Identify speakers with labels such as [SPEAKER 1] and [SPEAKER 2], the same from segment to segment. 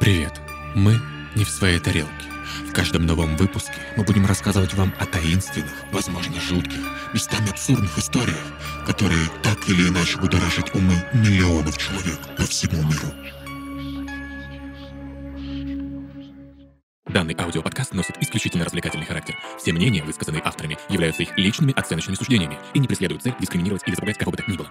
[SPEAKER 1] Привет! Мы не в своей тарелке. В каждом новом выпуске мы будем рассказывать вам о таинственных, возможно, жутких, местами абсурдных историях, которые так или иначе будоражат умы миллионов человек по всему миру. Данный аудиоподкаст носит исключительно развлекательный характер. Все мнения, высказанные авторами, являются их личными оценочными суждениями и не преследуют цель дискриминировать или запугать кого бы то ни было.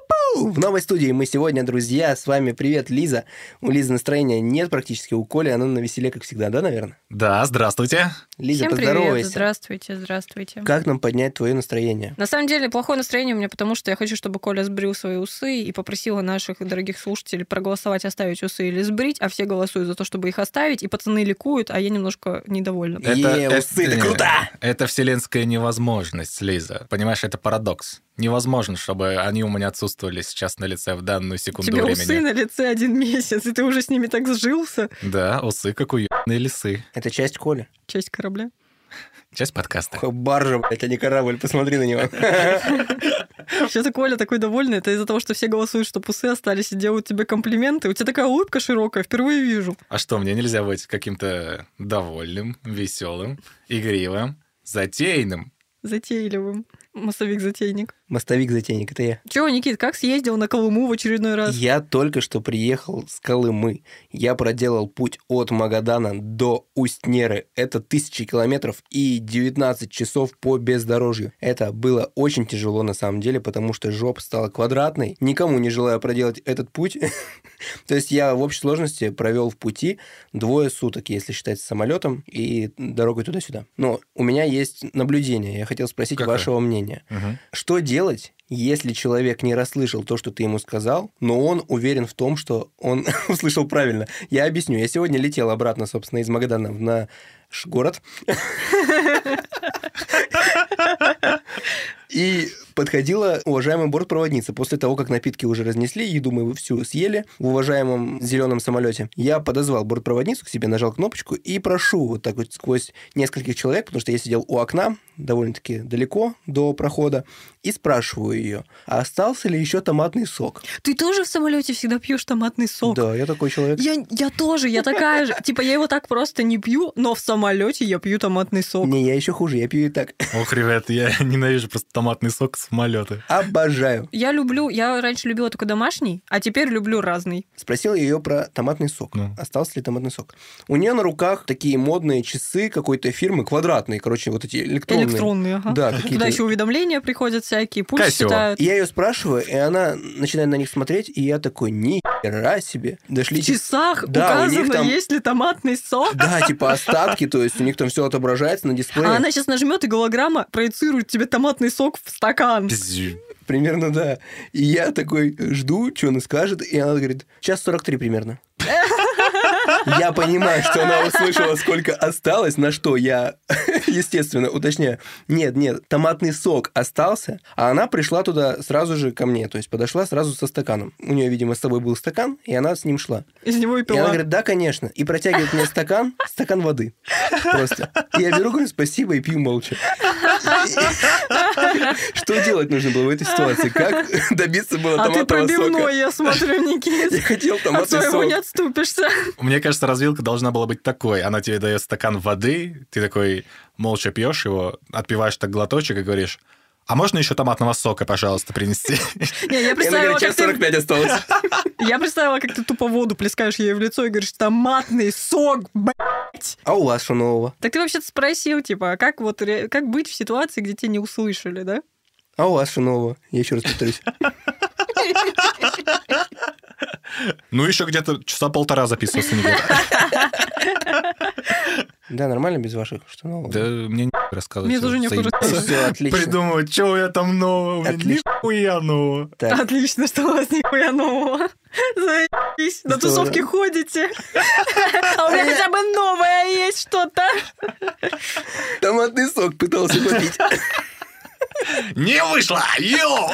[SPEAKER 2] В новой студии мы сегодня, друзья, с вами привет, Лиза. У Лизы настроения нет практически, у Коли оно на веселе, как всегда, да, наверное?
[SPEAKER 3] Да, здравствуйте.
[SPEAKER 2] Лиза,
[SPEAKER 4] Всем привет,
[SPEAKER 2] поздоровайся.
[SPEAKER 4] здравствуйте, здравствуйте.
[SPEAKER 2] Как нам поднять твое настроение?
[SPEAKER 4] На самом деле, плохое настроение у меня, потому что я хочу, чтобы Коля сбрил свои усы и попросила наших дорогих слушателей проголосовать, оставить усы или сбрить, а все голосуют за то, чтобы их оставить, и пацаны ликуют, а я немножко недовольна.
[SPEAKER 2] Е, усы, это круто!
[SPEAKER 3] Это вселенская невозможность, Лиза. Понимаешь, это парадокс. Невозможно, чтобы они у меня отсутствовали сейчас на лице в данную
[SPEAKER 4] У
[SPEAKER 3] секунду
[SPEAKER 4] тебя
[SPEAKER 3] времени.
[SPEAKER 4] усы на лице один месяц, и ты уже с ними так сжился.
[SPEAKER 3] Да, усы, как у ебаные лисы.
[SPEAKER 2] Это часть Коли.
[SPEAKER 4] Часть корабля.
[SPEAKER 3] Часть подкаста.
[SPEAKER 2] Какая Баржа, блядь, а не корабль, посмотри на него.
[SPEAKER 4] Сейчас Коля такой довольный, это из-за того, что все голосуют, что усы остались и делают тебе комплименты. У тебя такая улыбка широкая, впервые вижу.
[SPEAKER 3] А что, мне нельзя быть каким-то довольным, веселым, игривым, затейным?
[SPEAKER 4] Затейливым. Мостовик-затейник.
[SPEAKER 2] Мостовик-затейник, это я.
[SPEAKER 4] Чего, Никит, как съездил на Колыму в очередной раз?
[SPEAKER 2] Я только что приехал с Колымы. Я проделал путь от Магадана до Устнеры. Это тысячи километров и 19 часов по бездорожью. Это было очень тяжело на самом деле, потому что жопа стала квадратной. Никому не желаю проделать этот путь. То есть я в общей сложности провел в пути двое суток, если считать с самолетом и дорогой туда-сюда. Но у меня есть наблюдение. Я хотел спросить
[SPEAKER 3] Какое?
[SPEAKER 2] вашего мнения.
[SPEAKER 3] Мгм.
[SPEAKER 2] Что делать, если человек не расслышал то, что ты ему сказал, но он уверен в том, что он услышал правильно? Я объясню. Я сегодня летел обратно, собственно, из Магадана в наш город. И подходила уважаемая бортпроводница. После того, как напитки уже разнесли, еду мы всю съели в уважаемом зеленом самолете, я подозвал бортпроводницу к себе, нажал кнопочку и прошу вот так вот сквозь нескольких человек, потому что я сидел у окна, довольно-таки далеко до прохода, и спрашиваю ее, а остался ли еще томатный сок?
[SPEAKER 4] Ты тоже в самолете всегда пьешь томатный сок?
[SPEAKER 2] Да, я такой человек.
[SPEAKER 4] Я, я тоже, я такая же. Типа, я его так просто не пью, но в самолете я пью томатный сок.
[SPEAKER 2] Не, я еще хуже, я пью и так.
[SPEAKER 3] Ох, ребят, я ненавижу просто томатный сок с самолета.
[SPEAKER 2] Обожаю.
[SPEAKER 4] Я люблю, я раньше любила только домашний, а теперь люблю разный.
[SPEAKER 2] Спросил я ее про томатный сок.
[SPEAKER 3] Ну.
[SPEAKER 2] Остался ли томатный сок? У нее на руках такие модные часы какой-то фирмы, квадратные, короче, вот эти электронные.
[SPEAKER 4] Электронный, ага.
[SPEAKER 2] Да,
[SPEAKER 4] Туда
[SPEAKER 2] какие-то.
[SPEAKER 4] еще уведомления приходят всякие, пульс
[SPEAKER 3] Casio.
[SPEAKER 4] считают.
[SPEAKER 2] Я ее спрашиваю, и она начинает на них смотреть, и я такой, ни хера себе. Дошли
[SPEAKER 4] В часах
[SPEAKER 2] Да, у них
[SPEAKER 4] указано,
[SPEAKER 2] там-
[SPEAKER 4] есть ли томатный сок.
[SPEAKER 2] Да, типа остатки, то есть у них там все отображается на дисплее.
[SPEAKER 4] А она сейчас нажмет, и голограмма проецирует тебе томатный сок в стакан.
[SPEAKER 3] Пизжу.
[SPEAKER 2] Примерно, да. И я такой жду, что она скажет, и она говорит, час 43 примерно. Я понимаю, что она услышала, сколько осталось, на что я, естественно, уточняю. Нет, нет, томатный сок остался, а она пришла туда сразу же ко мне, то есть подошла сразу со стаканом. У нее, видимо, с собой был стакан, и она с ним шла.
[SPEAKER 4] Из него
[SPEAKER 2] И
[SPEAKER 4] и
[SPEAKER 2] она
[SPEAKER 4] пила.
[SPEAKER 2] говорит, да, конечно. И протягивает мне стакан, стакан воды. Просто. И я беру, говорю, спасибо, и пью молча. Что делать нужно было в этой ситуации? Как добиться было
[SPEAKER 4] а ты
[SPEAKER 2] томатного
[SPEAKER 4] пробивной,
[SPEAKER 2] сока?
[SPEAKER 4] я смотрю,
[SPEAKER 2] Я
[SPEAKER 4] Никит.
[SPEAKER 2] хотел
[SPEAKER 4] От
[SPEAKER 2] томатный
[SPEAKER 4] своего не
[SPEAKER 2] сок.
[SPEAKER 4] отступишься.
[SPEAKER 3] Мне кажется, развилка должна была быть такой. Она тебе дает стакан воды, ты такой молча пьешь его, отпиваешь так глоточек и говоришь, а можно еще томатного сока, пожалуйста, принести?
[SPEAKER 4] Не, я
[SPEAKER 2] И Она
[SPEAKER 4] представила,
[SPEAKER 2] говорит,
[SPEAKER 4] как
[SPEAKER 2] час
[SPEAKER 4] ты
[SPEAKER 2] 45 осталось.
[SPEAKER 4] Я представила, как ты тупо воду плескаешь ей в лицо и говоришь, томатный сок, блядь.
[SPEAKER 2] А у вас что нового?
[SPEAKER 4] Так ты вообще-то спросил, типа, а как вот ре- как быть в ситуации, где тебя не услышали, да?
[SPEAKER 2] А у вас что нового? Я еще раз повторюсь.
[SPEAKER 3] Ну, еще где-то часа полтора записывался. не где-то.
[SPEAKER 2] Да, нормально без ваших? Что нового?
[SPEAKER 3] Да мне не рассказывать.
[SPEAKER 4] Мне тоже некуда
[SPEAKER 3] Заеб-
[SPEAKER 4] рассказывать.
[SPEAKER 2] Все, отлично.
[SPEAKER 3] Придумывать, что я там нового, у меня
[SPEAKER 2] Отлично.
[SPEAKER 3] нихуя нового.
[SPEAKER 2] Так,
[SPEAKER 4] Отлично, что у вас нихуя нового. Заебись, на
[SPEAKER 2] Здорово.
[SPEAKER 4] тусовки ходите. А у меня хотя бы новое есть что-то.
[SPEAKER 2] томатный сок пытался попить.
[SPEAKER 3] Не вышло, йоу!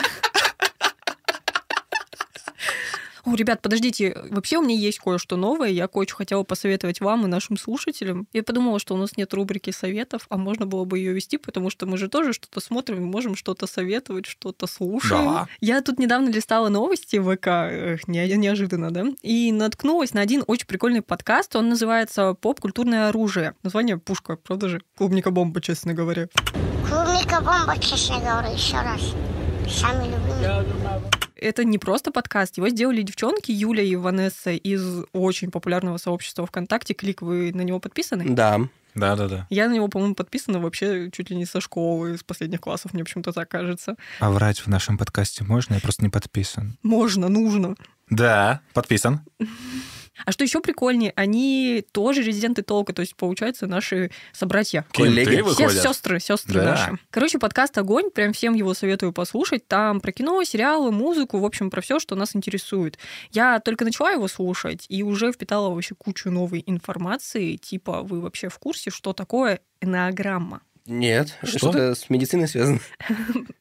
[SPEAKER 4] О, ребят, подождите, вообще у меня есть кое-что новое, я кое-что хотела посоветовать вам и нашим слушателям. Я подумала, что у нас нет рубрики советов, а можно было бы ее вести, потому что мы же тоже что-то смотрим, можем что-то советовать, что-то слушаем.
[SPEAKER 3] Да.
[SPEAKER 4] Я тут недавно листала новости в ВК, эх, не- неожиданно, да, и наткнулась на один очень прикольный подкаст, он называется «Поп-культурное оружие». Название пушка, правда же? Клубника-бомба, честно говоря.
[SPEAKER 5] Клубника бомба, честно говоря, еще раз. Самый любимый.
[SPEAKER 4] это не просто подкаст, его сделали девчонки Юля и Ванесса из очень популярного сообщества ВКонтакте. Клик, вы на него подписаны?
[SPEAKER 2] Да.
[SPEAKER 3] Да-да-да.
[SPEAKER 4] Я на него, по-моему, подписана вообще чуть ли не со школы, с последних классов, мне почему-то так кажется.
[SPEAKER 3] А врать в нашем подкасте можно? Я просто не подписан.
[SPEAKER 4] Можно, нужно.
[SPEAKER 3] Да, подписан.
[SPEAKER 4] А что еще прикольнее, они тоже резиденты толка, то есть, получается, наши собратья.
[SPEAKER 2] Коллеги.
[SPEAKER 3] Кенты
[SPEAKER 4] Все
[SPEAKER 3] выходят.
[SPEAKER 4] сестры, сестры
[SPEAKER 3] Да.
[SPEAKER 4] наши. Короче, подкаст «Огонь», прям всем его советую послушать. Там про кино, сериалы, музыку, в общем, про все, что нас интересует. Я только начала его слушать и уже впитала вообще кучу новой информации, типа вы вообще в курсе, что такое энеограмма?
[SPEAKER 2] Нет.
[SPEAKER 3] Что?
[SPEAKER 2] Что-то с медициной связано.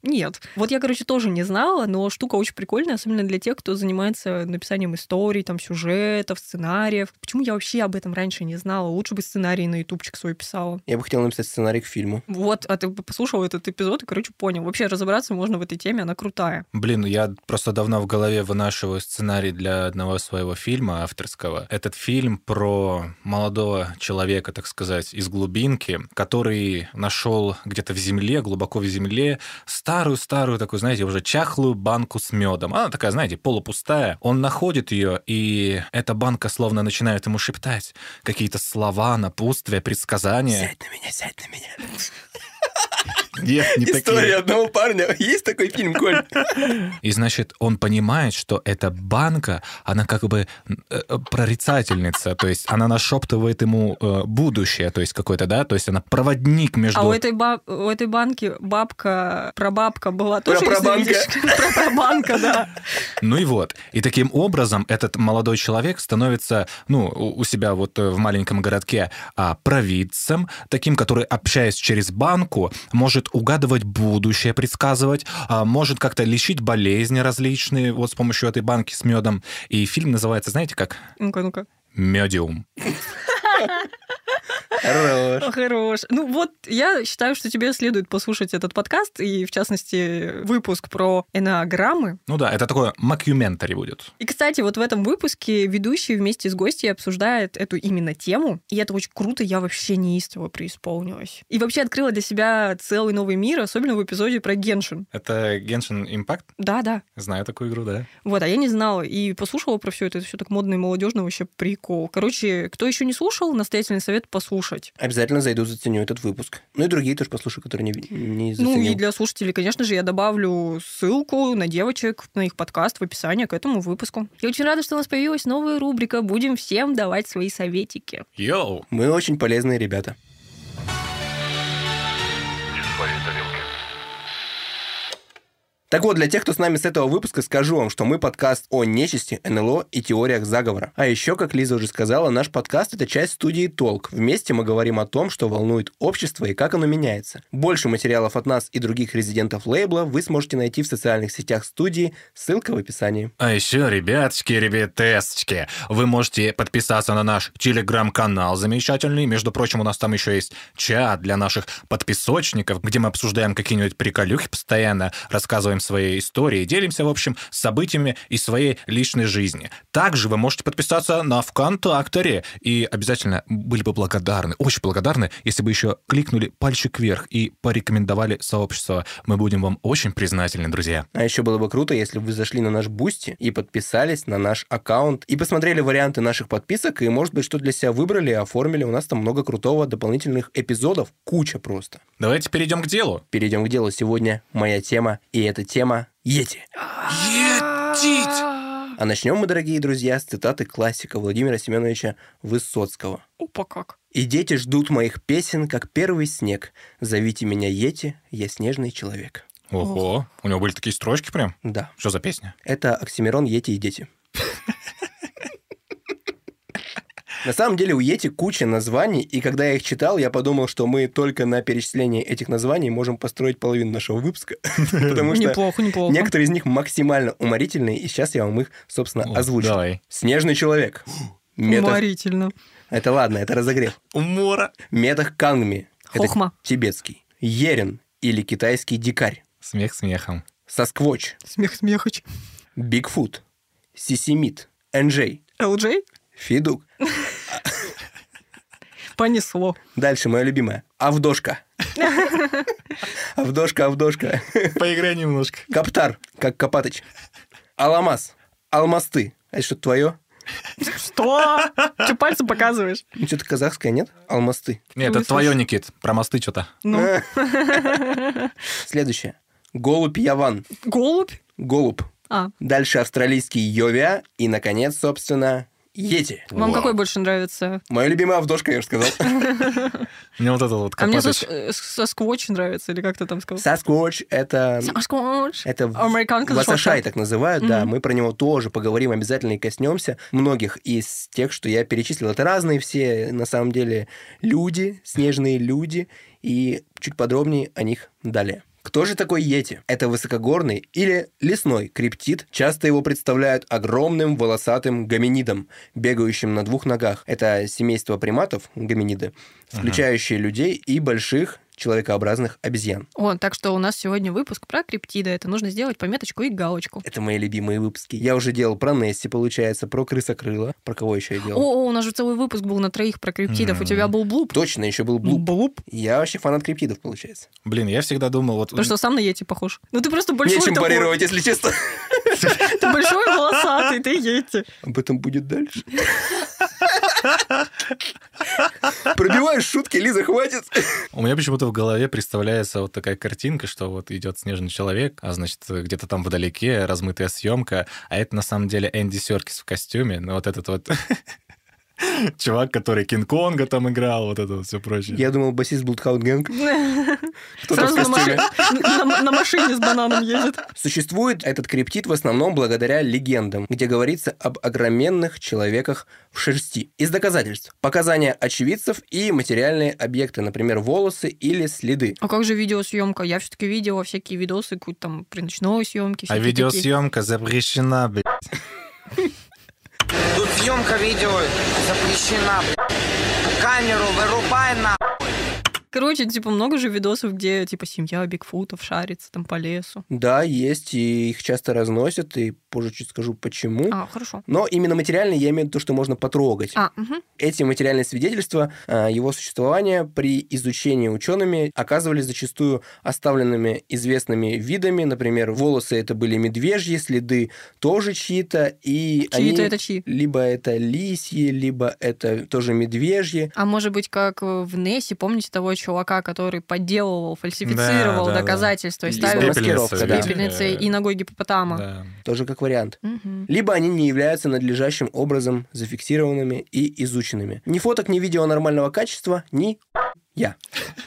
[SPEAKER 4] Нет. Вот я, короче, тоже не знала, но штука очень прикольная, особенно для тех, кто занимается написанием историй, там, сюжетов, сценариев. Почему я вообще об этом раньше не знала? Лучше бы сценарий на ютубчик свой писала.
[SPEAKER 2] Я бы хотел написать сценарий к фильму.
[SPEAKER 4] Вот, а ты послушал этот эпизод и, короче, понял. Вообще разобраться можно в этой теме, она крутая.
[SPEAKER 3] Блин, я просто давно в голове вынашиваю сценарий для одного своего фильма авторского. Этот фильм про молодого человека, так сказать, из глубинки, который нашел где-то в земле, глубоко в земле, старую-старую такую, знаете, уже чахлую банку с медом. Она такая, знаете, полупустая. Он находит ее, и эта банка словно начинает ему шептать какие-то слова, напутствия, предсказания.
[SPEAKER 2] Сядь на меня, сядь на меня.
[SPEAKER 3] Нет, не
[SPEAKER 2] История одного парня. Есть такой фильм, Коль?
[SPEAKER 3] И значит, он понимает, что эта банка, она как бы э, э, прорицательница, то есть она нашептывает ему э, будущее, то есть какое-то, да, то есть она проводник между...
[SPEAKER 4] А у этой, баб... у этой банки бабка, прабабка была тоже
[SPEAKER 2] Прапрабанка.
[SPEAKER 4] Про Прабанка, да.
[SPEAKER 3] Ну и вот. И таким образом этот молодой человек становится, ну, у у себя вот э, в маленьком городке а, провидцем, таким, который, общаясь через банку, может угадывать будущее, предсказывать, а, может как-то лечить болезни различные вот с помощью этой банки с медом. И фильм называется, знаете, как
[SPEAKER 4] Ну-ка, ну-ка.
[SPEAKER 3] «Медиум».
[SPEAKER 2] Хорош.
[SPEAKER 4] Хорош. Ну вот, я считаю, что тебе следует послушать этот подкаст и, в частности, выпуск про энеограммы.
[SPEAKER 3] Ну да, это такое макюментари будет.
[SPEAKER 4] И, кстати, вот в этом выпуске ведущий вместе с гостьей обсуждает эту именно тему. И это очень круто, я вообще неистово преисполнилась. И вообще открыла для себя целый новый мир, особенно в эпизоде про Геншин.
[SPEAKER 3] Это Genshin Impact?
[SPEAKER 4] Да-да.
[SPEAKER 3] Знаю такую игру, да.
[SPEAKER 4] Вот, а я не знала. И послушала про все это. Это все так модно и молодежно, вообще прикол. Короче, кто еще не слушал, настоятельный совет послушать.
[SPEAKER 2] Обязательно зайду, заценю этот выпуск. Ну и другие тоже послушаю, которые не, не
[SPEAKER 4] Ну и
[SPEAKER 2] заценил.
[SPEAKER 4] для слушателей, конечно же, я добавлю ссылку на девочек, на их подкаст в описании к этому выпуску. Я очень рада, что у нас появилась новая рубрика. Будем всем давать свои советики.
[SPEAKER 3] Йоу!
[SPEAKER 2] Мы очень полезные ребята. Так вот, для тех, кто с нами с этого выпуска, скажу вам, что мы подкаст о нечисти, НЛО и теориях заговора. А еще, как Лиза уже сказала, наш подкаст — это часть студии «Толк». Вместе мы говорим о том, что волнует общество и как оно меняется. Больше материалов от нас и других резидентов лейбла вы сможете найти в социальных сетях студии, ссылка в описании.
[SPEAKER 3] А еще, ребяточки, ребятесочки, вы можете подписаться на наш телеграм-канал замечательный. Между прочим, у нас там еще есть чат для наших подписочников, где мы обсуждаем какие-нибудь приколюхи постоянно, рассказываем свои истории, делимся, в общем, событиями из своей личной жизни. Также вы можете подписаться на ВКонтакторе и обязательно были бы благодарны, очень благодарны, если бы еще кликнули пальчик вверх и порекомендовали сообщество. Мы будем вам очень признательны, друзья.
[SPEAKER 2] А еще было бы круто, если бы вы зашли на наш Бусти и подписались на наш аккаунт, и посмотрели варианты наших подписок, и, может быть, что для себя выбрали и оформили. У нас там много крутого дополнительных эпизодов, куча просто.
[SPEAKER 3] Давайте перейдем к делу.
[SPEAKER 2] Перейдем к делу. Сегодня моя тема, и эта тема Йети. А начнем мы, дорогие друзья, с цитаты классика Владимира Семеновича Высоцкого.
[SPEAKER 4] Опа как.
[SPEAKER 2] «И дети ждут моих песен, как первый снег. Зовите меня Йети, я снежный человек».
[SPEAKER 3] Ого, у него были такие строчки прям.
[SPEAKER 2] Да,
[SPEAKER 3] Что за песня?
[SPEAKER 2] это Оксимирон, Йети и дети. На самом деле у Йети куча названий, и когда я их читал, я подумал, что мы только на перечислении этих названий можем построить половину нашего выпуска, потому что
[SPEAKER 4] Неплохо, неплохо.
[SPEAKER 2] некоторые из них максимально уморительные, и сейчас я вам их, собственно,
[SPEAKER 3] О,
[SPEAKER 2] озвучу.
[SPEAKER 3] Давай.
[SPEAKER 2] Снежный человек. Метах...
[SPEAKER 4] Уморительно.
[SPEAKER 2] Это ладно, это разогрев.
[SPEAKER 3] Умора.
[SPEAKER 2] Метах Кангми. Это
[SPEAKER 4] Хохма.
[SPEAKER 2] тибетский. Ерин или китайский дикарь.
[SPEAKER 3] Смех смехом.
[SPEAKER 2] Сосквоч.
[SPEAKER 4] Смех смехач.
[SPEAKER 2] Бигфут. Сисимит. Энджей.
[SPEAKER 4] Элджей?
[SPEAKER 2] Фидук.
[SPEAKER 4] Понесло.
[SPEAKER 2] Дальше мое любимое. Авдошка. Авдошка, Авдошка.
[SPEAKER 3] Поиграй немножко.
[SPEAKER 2] Каптар, как Копатыч. Аламаз. Алмасты. А Это что-то твое?
[SPEAKER 4] Что? Че пальцем показываешь?
[SPEAKER 2] Ну, что-то казахское, нет? Алмасты.
[SPEAKER 3] Нет, это
[SPEAKER 4] Мыслишь?
[SPEAKER 3] твое, Никит. Про мосты что-то.
[SPEAKER 4] Ну,
[SPEAKER 2] Следующее. Голубь Яван.
[SPEAKER 4] голубь.
[SPEAKER 2] Голубь.
[SPEAKER 4] А,
[SPEAKER 2] Дальше австралийский Йовиа. И, наконец, собственно, Йети.
[SPEAKER 4] вам какой больше нравится?
[SPEAKER 2] Моя любимая Авдошка, я же сказал.
[SPEAKER 3] Мне вот это вот
[SPEAKER 4] А мне
[SPEAKER 3] Копатыч.
[SPEAKER 4] сос- э, сосквоч нравится, или как ты там сказал?
[SPEAKER 2] Сасквоч — это...
[SPEAKER 4] Сосквоч.
[SPEAKER 2] Эм, Это в-
[SPEAKER 4] Американка за
[SPEAKER 2] Васашай
[SPEAKER 4] шоу.
[SPEAKER 2] так называют, да.
[SPEAKER 4] Мгм.
[SPEAKER 2] Мы про него тоже поговорим обязательно и коснемся. Многих из тех, что я перечислил, это разные все, на самом деле, люди, снежные люди. И чуть подробнее о них далее. Кто же такой Йети? Это высокогорный или лесной криптид. Часто его представляют огромным волосатым гоминидом, бегающим на двух ногах. Это семейство приматов, гоминиды, включающие людей и больших человекообразных обезьян.
[SPEAKER 4] О, так что у нас сегодня выпуск про криптида. Это нужно сделать пометочку и галочку.
[SPEAKER 2] Это мои любимые выпуски. Я уже делал про Несси, получается, про крысокрыла. Про кого еще я
[SPEAKER 4] О,
[SPEAKER 2] делал?
[SPEAKER 4] о, у нас же целый выпуск был на троих про криптидов. У
[SPEAKER 3] М.
[SPEAKER 4] тебя был блуп.
[SPEAKER 2] Точно, еще был Блуп.
[SPEAKER 4] Блуп.
[SPEAKER 2] Я вообще фанат криптидов, получается.
[SPEAKER 3] Блин, я всегда думал, вот
[SPEAKER 4] Потому что сам на Йети похож. Ну ты просто большой
[SPEAKER 2] Нечем
[SPEAKER 4] такой.
[SPEAKER 2] парировать, если честно.
[SPEAKER 4] Ты большой волосатый, ты Йети.
[SPEAKER 2] Об этом будет дальше. Пробиваешь шутки, Лиза, хватит.
[SPEAKER 3] у меня почему-то в голове представляется вот такая картинка, что вот идет снежный человек, а значит, где-то там вдалеке размытая съемка, а это на самом деле Энди Серкис в костюме, ну вот этот вот чувак, который Кинг-Конга там играл, вот это вот все прочее.
[SPEAKER 2] Я думал, басист Блудхаунд Гэнг. Кто-то в
[SPEAKER 4] Сразу на,
[SPEAKER 2] костюме.
[SPEAKER 4] маши- на- на- на машине с бананом едет.
[SPEAKER 2] Существует этот криптид в основном благодаря легендам, где говорится об огроменных человеках в шерсти. Из доказательств. Показания очевидцев и материальные объекты, например, волосы или следы.
[SPEAKER 4] А как же видеосъемка? Я все-таки видела всякие видосы, какую-то там при ночной съемке.
[SPEAKER 3] А
[SPEAKER 4] всякие такие.
[SPEAKER 3] видеосъемка запрещена, блядь.
[SPEAKER 6] Тут съемка видео запрещена, блядь. Камеру вырубай на.
[SPEAKER 4] Короче, типа много же видосов, где типа семья Бигфутов шарится там по лесу.
[SPEAKER 2] Да, есть, и их часто разносят, и позже чуть скажу почему.
[SPEAKER 4] А, хорошо.
[SPEAKER 2] Но именно материальные, я имею в виду то, что можно потрогать.
[SPEAKER 4] А, мгм.
[SPEAKER 2] Эти материальные свидетельства а, его существования при изучении учеными оказывались зачастую оставленными известными видами. Например, волосы это были медвежьи, следы тоже чьи-то, и
[SPEAKER 4] чьи-то
[SPEAKER 2] они-
[SPEAKER 4] это чьи?
[SPEAKER 2] Либо это лисьи, либо это тоже медвежьи.
[SPEAKER 4] А может быть, как э, в Нессе, помните того чувака, который подделывал, фальсифицировал
[SPEAKER 3] Да, да, да.
[SPEAKER 4] доказательства и
[SPEAKER 2] Из
[SPEAKER 4] ставил
[SPEAKER 2] пепельницы,
[SPEAKER 4] с
[SPEAKER 2] Пепельницы, да.
[SPEAKER 4] пепельницей и ногой гипопотама?
[SPEAKER 3] Да.
[SPEAKER 2] Тоже как вариант.
[SPEAKER 4] Мгм.
[SPEAKER 2] либо они не являются надлежащим образом зафиксированными и изученными. Ни фоток, ни видео нормального качества, ни...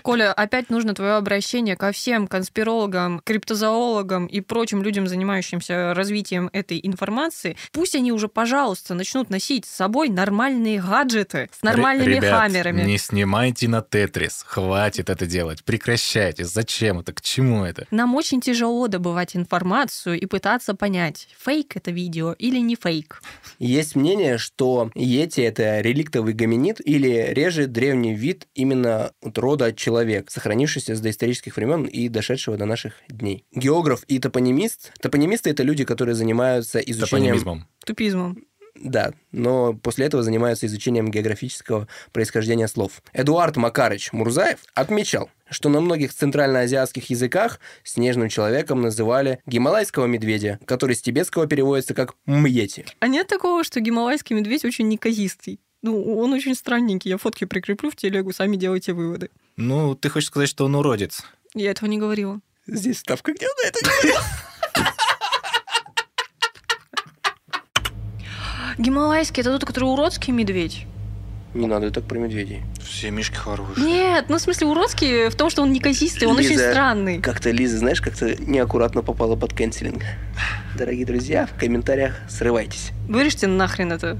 [SPEAKER 4] Коля, опять нужно твое обращение ко всем конспирологам, криптозоологам и прочим людям, занимающимся развитием этой информации. Пусть они уже, пожалуйста, начнут носить с собой нормальные гаджеты с нормальными
[SPEAKER 3] Ре- ребят,
[SPEAKER 4] хаммерами.
[SPEAKER 3] не снимайте на Тетрис. Хватит это делать. Прекращайте. Зачем это? К чему это?
[SPEAKER 4] Нам очень тяжело добывать информацию и пытаться понять, фейк это видео или не фейк.
[SPEAKER 2] Есть мнение, что Йети — это реликтовый гоминид или реже древний вид именно от рода человек, сохранившийся с доисторических времен и дошедшего до наших дней. Географ и топонимист. Топонимисты — это люди, которые занимаются изучением...
[SPEAKER 3] Топонимизмом.
[SPEAKER 4] Тупизмом.
[SPEAKER 2] Да, но после этого занимаются изучением географического происхождения слов. Эдуард Макарыч Мурзаев отмечал, что на многих центральноазиатских языках снежным человеком называли гималайского медведя, который с тибетского переводится как мьети.
[SPEAKER 4] А нет такого, что гималайский медведь очень неказистый? Ну, он очень странненький. Я фотки прикреплю в телегу, сами делайте выводы.
[SPEAKER 3] Ну, ты хочешь сказать, что он уродец?
[SPEAKER 4] Я этого не говорила.
[SPEAKER 2] Здесь ставка где на это?
[SPEAKER 4] Гималайский это тот, который уродский медведь.
[SPEAKER 2] Не надо так про медведей.
[SPEAKER 3] Все мишки хорошие.
[SPEAKER 4] Нет, ну в смысле уродский в том, что он неказистый, он очень
[SPEAKER 2] Лиза,
[SPEAKER 4] странный.
[SPEAKER 2] Как-то Лиза, знаешь, как-то неаккуратно попала под кэнселинг. Дорогие друзья, в комментариях срывайтесь.
[SPEAKER 4] Вырежьте нахрен это.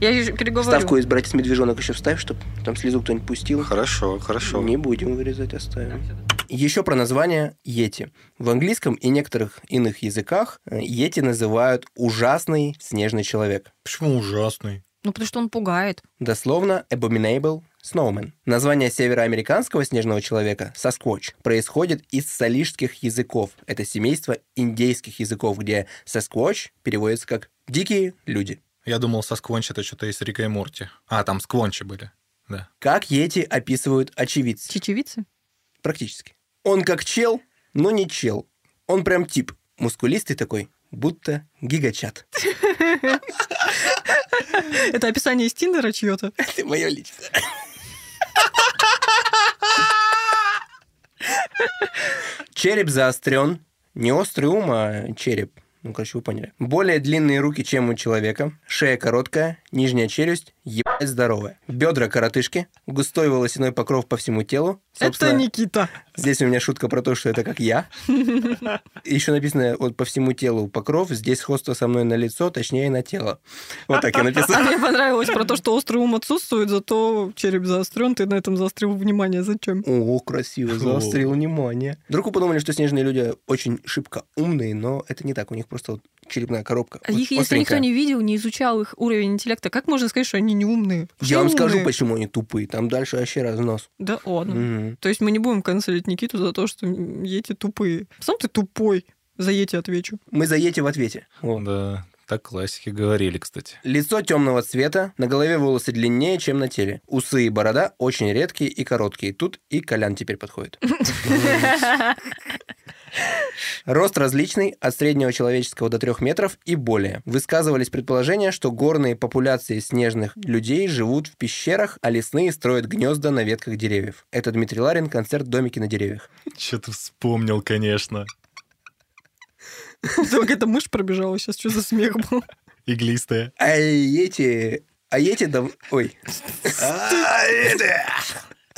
[SPEAKER 4] Я ещё переговорю.
[SPEAKER 2] Ставку из братьев медвежонок еще вставь, чтобы там слезу кто-нибудь пустил.
[SPEAKER 3] Хорошо, хорошо.
[SPEAKER 2] Не будем вырезать, оставим. Еще про название Йети. В английском и некоторых иных языках э, Йети называют ужасный снежный человек.
[SPEAKER 3] Почему ужасный?
[SPEAKER 4] Ну потому что он пугает.
[SPEAKER 2] Дословно Abominable Snowman. Название североамериканского снежного человека Саскотч происходит из салишских языков. Это семейство индейских языков, где Саскотч переводится как «дикие люди».
[SPEAKER 3] Я думал, со Сквончи это что-то из Рика и Морти. А, там Сквончи были. Да.
[SPEAKER 2] Как Йети описывают очевидцы?
[SPEAKER 4] Чечевицы?
[SPEAKER 2] Практически. Он как чел, но не чел. Он прям тип. Мускулистый такой, будто гигачат.
[SPEAKER 4] Это описание из Тиндера чье-то.
[SPEAKER 2] Это мое личное. Череп заострен. Не острый ум, а череп. Ну, короче, вы поняли. Более длинные руки, чем у человека. Шея короткая, нижняя челюсть, ебать здоровая. Бедра коротышки, густой волосяной покров по всему телу. Собственно,
[SPEAKER 4] Это Никита.
[SPEAKER 2] Здесь у меня шутка про то, что это как я. Еще написано вот по всему телу покров, здесь сходство со мной на лицо, точнее на тело. Вот так я
[SPEAKER 4] А
[SPEAKER 2] написал.
[SPEAKER 4] мне понравилось про то, что острый ум отсутствует, зато череп заострен, ты на этом заострил внимание. Зачем?
[SPEAKER 2] О, красиво, заострил внимание. Вдруг вы подумали, что снежные люди очень шибко умные, но это не так, у них просто вот черепная коробка.
[SPEAKER 4] А
[SPEAKER 2] вот
[SPEAKER 4] Их, если никто
[SPEAKER 2] остренькая.
[SPEAKER 4] не видел, не изучал их уровень интеллекта, как можно сказать, что они не умные? Все
[SPEAKER 2] Я вам скажу,
[SPEAKER 4] умные.
[SPEAKER 2] почему они тупые. Там дальше вообще разнос.
[SPEAKER 4] Да ладно.
[SPEAKER 2] Мгм.
[SPEAKER 4] То есть мы не будем канцелить Никиту за то, что Ети тупые. Сам ты тупой. За Ети отвечу.
[SPEAKER 2] Мы за Йети в ответе. Вот.
[SPEAKER 3] Ну Да, так классики говорили, кстати.
[SPEAKER 2] Лицо темного цвета, на голове волосы длиннее, чем на теле. Усы и борода очень редкие и короткие. Тут и Колян теперь подходит. Рост различный, от среднего человеческого до 3 метров и более. Высказывались предположения, что горные популяции снежных людей живут в пещерах, а лесные строят гнезда на ветках деревьев. Это Дмитрий Ларин, концерт «Домики на деревьях».
[SPEAKER 3] Че ты вспомнил, конечно.
[SPEAKER 4] Да, Какая-то мышь пробежала сейчас, что за смех был?
[SPEAKER 3] Иглистая.
[SPEAKER 2] А эти... А эти дав... Ой.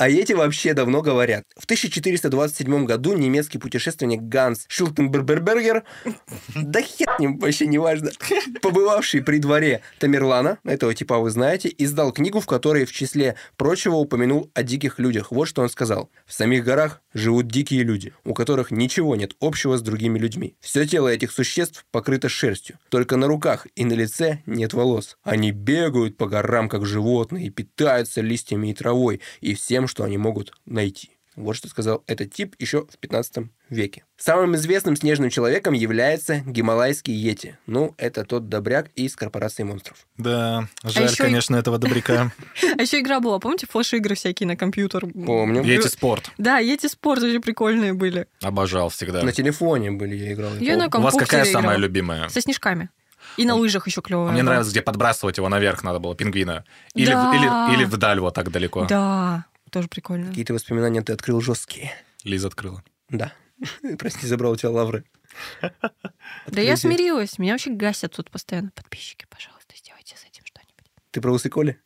[SPEAKER 2] А эти вообще давно говорят. В 1427 году немецкий путешественник Ганс Шилтенбергер, да хер с ним, вообще не важно, побывавший при дворе Тамерлана, этого типа вы знаете, издал книгу, в которой в числе прочего упомянул о диких людях. Вот что он сказал. В самих горах живут дикие люди, у которых ничего нет общего с другими людьми. Все тело этих существ покрыто шерстью. Только на руках и на лице нет волос. Они бегают по горам, как животные, и питаются листьями и травой, и всем, что они могут найти. Вот что сказал этот тип еще в 15 веке. Самым известным снежным человеком является гималайский Йети. Ну, это тот добряк из корпорации монстров.
[SPEAKER 3] Да, жаль,
[SPEAKER 4] А ещё и-
[SPEAKER 3] конечно, этого добряка.
[SPEAKER 4] А еще игра была, помните, флеш-игры всякие на компьютер?
[SPEAKER 2] Помню.
[SPEAKER 3] Ети спорт.
[SPEAKER 4] Да, Ети Спорт очень прикольные были.
[SPEAKER 3] Обожал всегда.
[SPEAKER 2] На телефоне были, я играл. я
[SPEAKER 4] Я на
[SPEAKER 2] помню.
[SPEAKER 3] У вас какая
[SPEAKER 4] компьютере
[SPEAKER 3] самая
[SPEAKER 4] играла.
[SPEAKER 3] любимая?
[SPEAKER 4] Со снежками. И на лыжах еще клево.
[SPEAKER 3] А Мне нравилось, где подбрасывать его наверх надо было, пингвина. Или, в-
[SPEAKER 4] Да.
[SPEAKER 3] или, или вдаль вот так далеко.
[SPEAKER 4] Да, тоже прикольно.
[SPEAKER 2] типа. Какие-то воспоминания ты открыл жесткие.
[SPEAKER 3] Лиза открыла.
[SPEAKER 2] Да. Прости, забрал у тебя лавры.
[SPEAKER 4] Да я
[SPEAKER 2] Открытие.
[SPEAKER 4] смирилась. Меня вообще гасят тут постоянно. Подписчики, пожалуйста, сделайте с этим что-нибудь.
[SPEAKER 2] Ты про усы Коли?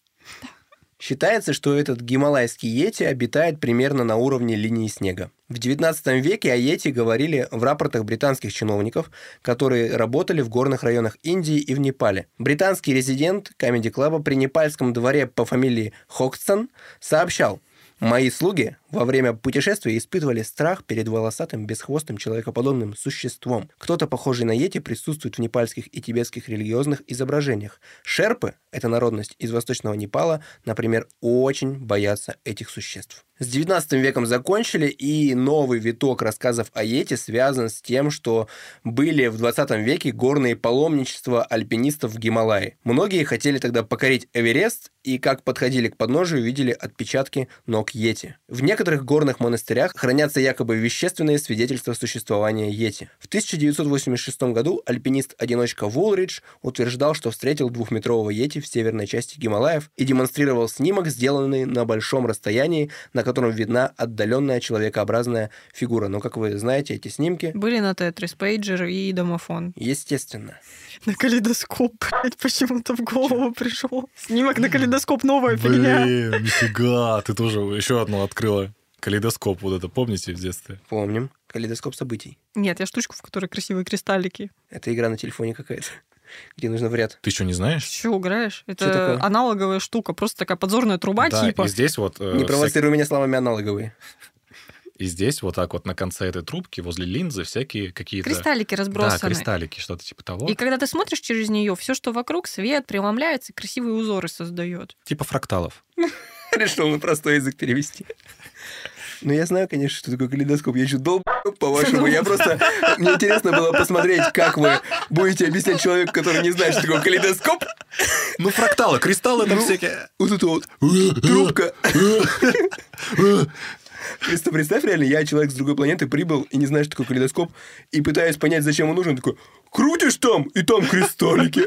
[SPEAKER 2] Считается, что этот гималайский йети обитает примерно на уровне линии снега. В 19 веке о йети говорили в рапортах британских чиновников, которые работали в горных районах Индии и в Непале. Британский резидент Камеди Клаба при непальском дворе по фамилии Хокстон сообщал, Мои слуги во время путешествия испытывали страх перед волосатым, бесхвостым, человекоподобным существом. Кто-то, похожий на Йети, присутствует в непальских и тибетских религиозных изображениях. Шерпы, эта народность из восточного Непала, например, очень боятся этих существ. С 19 веком закончили, и новый виток рассказов о Йети связан с тем, что были в 20 веке горные паломничества альпинистов в Гималае. Многие хотели тогда покорить Эверест, и как подходили к подножию, видели отпечатки ног Йети. В некоторых горных монастырях хранятся якобы вещественные свидетельства существования Йети. В 1986 году альпинист-одиночка Вулридж утверждал, что встретил двухметрового Йети в северной части Гималаев и демонстрировал снимок, сделанный на большом расстоянии, на котором видна отдаленная человекообразная фигура. Но, как вы знаете, эти снимки
[SPEAKER 4] Были на Тетрис, пейджер и домофон.
[SPEAKER 2] Естественно.
[SPEAKER 4] На калейдоскоп, блядь, почему-то в голову пришел. Снимок на калейдоскоп новая фигня.
[SPEAKER 3] Блин, нифига, ты тоже еще одну открыла. Калейдоскоп вот это, помните, в детстве?
[SPEAKER 2] Помним. Калейдоскоп событий.
[SPEAKER 4] Нет, я штучку, в которой красивые кристаллики.
[SPEAKER 2] Это игра на телефоне какая-то, где нужно в ряд.
[SPEAKER 3] Ты что, не знаешь?
[SPEAKER 4] Чего играешь?
[SPEAKER 2] Чё
[SPEAKER 4] Это
[SPEAKER 2] такое?
[SPEAKER 4] аналоговая штука, просто такая подзорная труба
[SPEAKER 3] да,
[SPEAKER 4] типа.
[SPEAKER 3] и здесь вот... э,
[SPEAKER 2] Не
[SPEAKER 3] вся-
[SPEAKER 2] провоцируй меня словами аналоговые.
[SPEAKER 3] И здесь вот так вот на конце этой трубки, возле линзы, всякие какие-то...
[SPEAKER 4] Кристаллики
[SPEAKER 3] Да,
[SPEAKER 4] разбросаны.
[SPEAKER 3] кристаллики, что-то типа того.
[SPEAKER 4] И когда ты смотришь через нее, все, что вокруг, свет преломляется, и красивые узоры создает.
[SPEAKER 3] Типа фракталов.
[SPEAKER 2] Решил на простой язык перевести. Ну, я знаю, конечно, что такое калейдоскоп. Я еще долб по-вашему. Я просто... Мне интересно было посмотреть, как вы будете объяснять человеку, который не знает, что такое калейдоскоп.
[SPEAKER 3] Ну, фракталы, кристаллы там
[SPEAKER 2] Ну.
[SPEAKER 3] всякие.
[SPEAKER 2] Вот это вот трубка. Просто представь, реально, я человек с другой планеты прибыл и не знаю, что такое калейдоскоп, и пытаюсь понять, зачем он нужен, такой, крутишь там, и там кристаллики.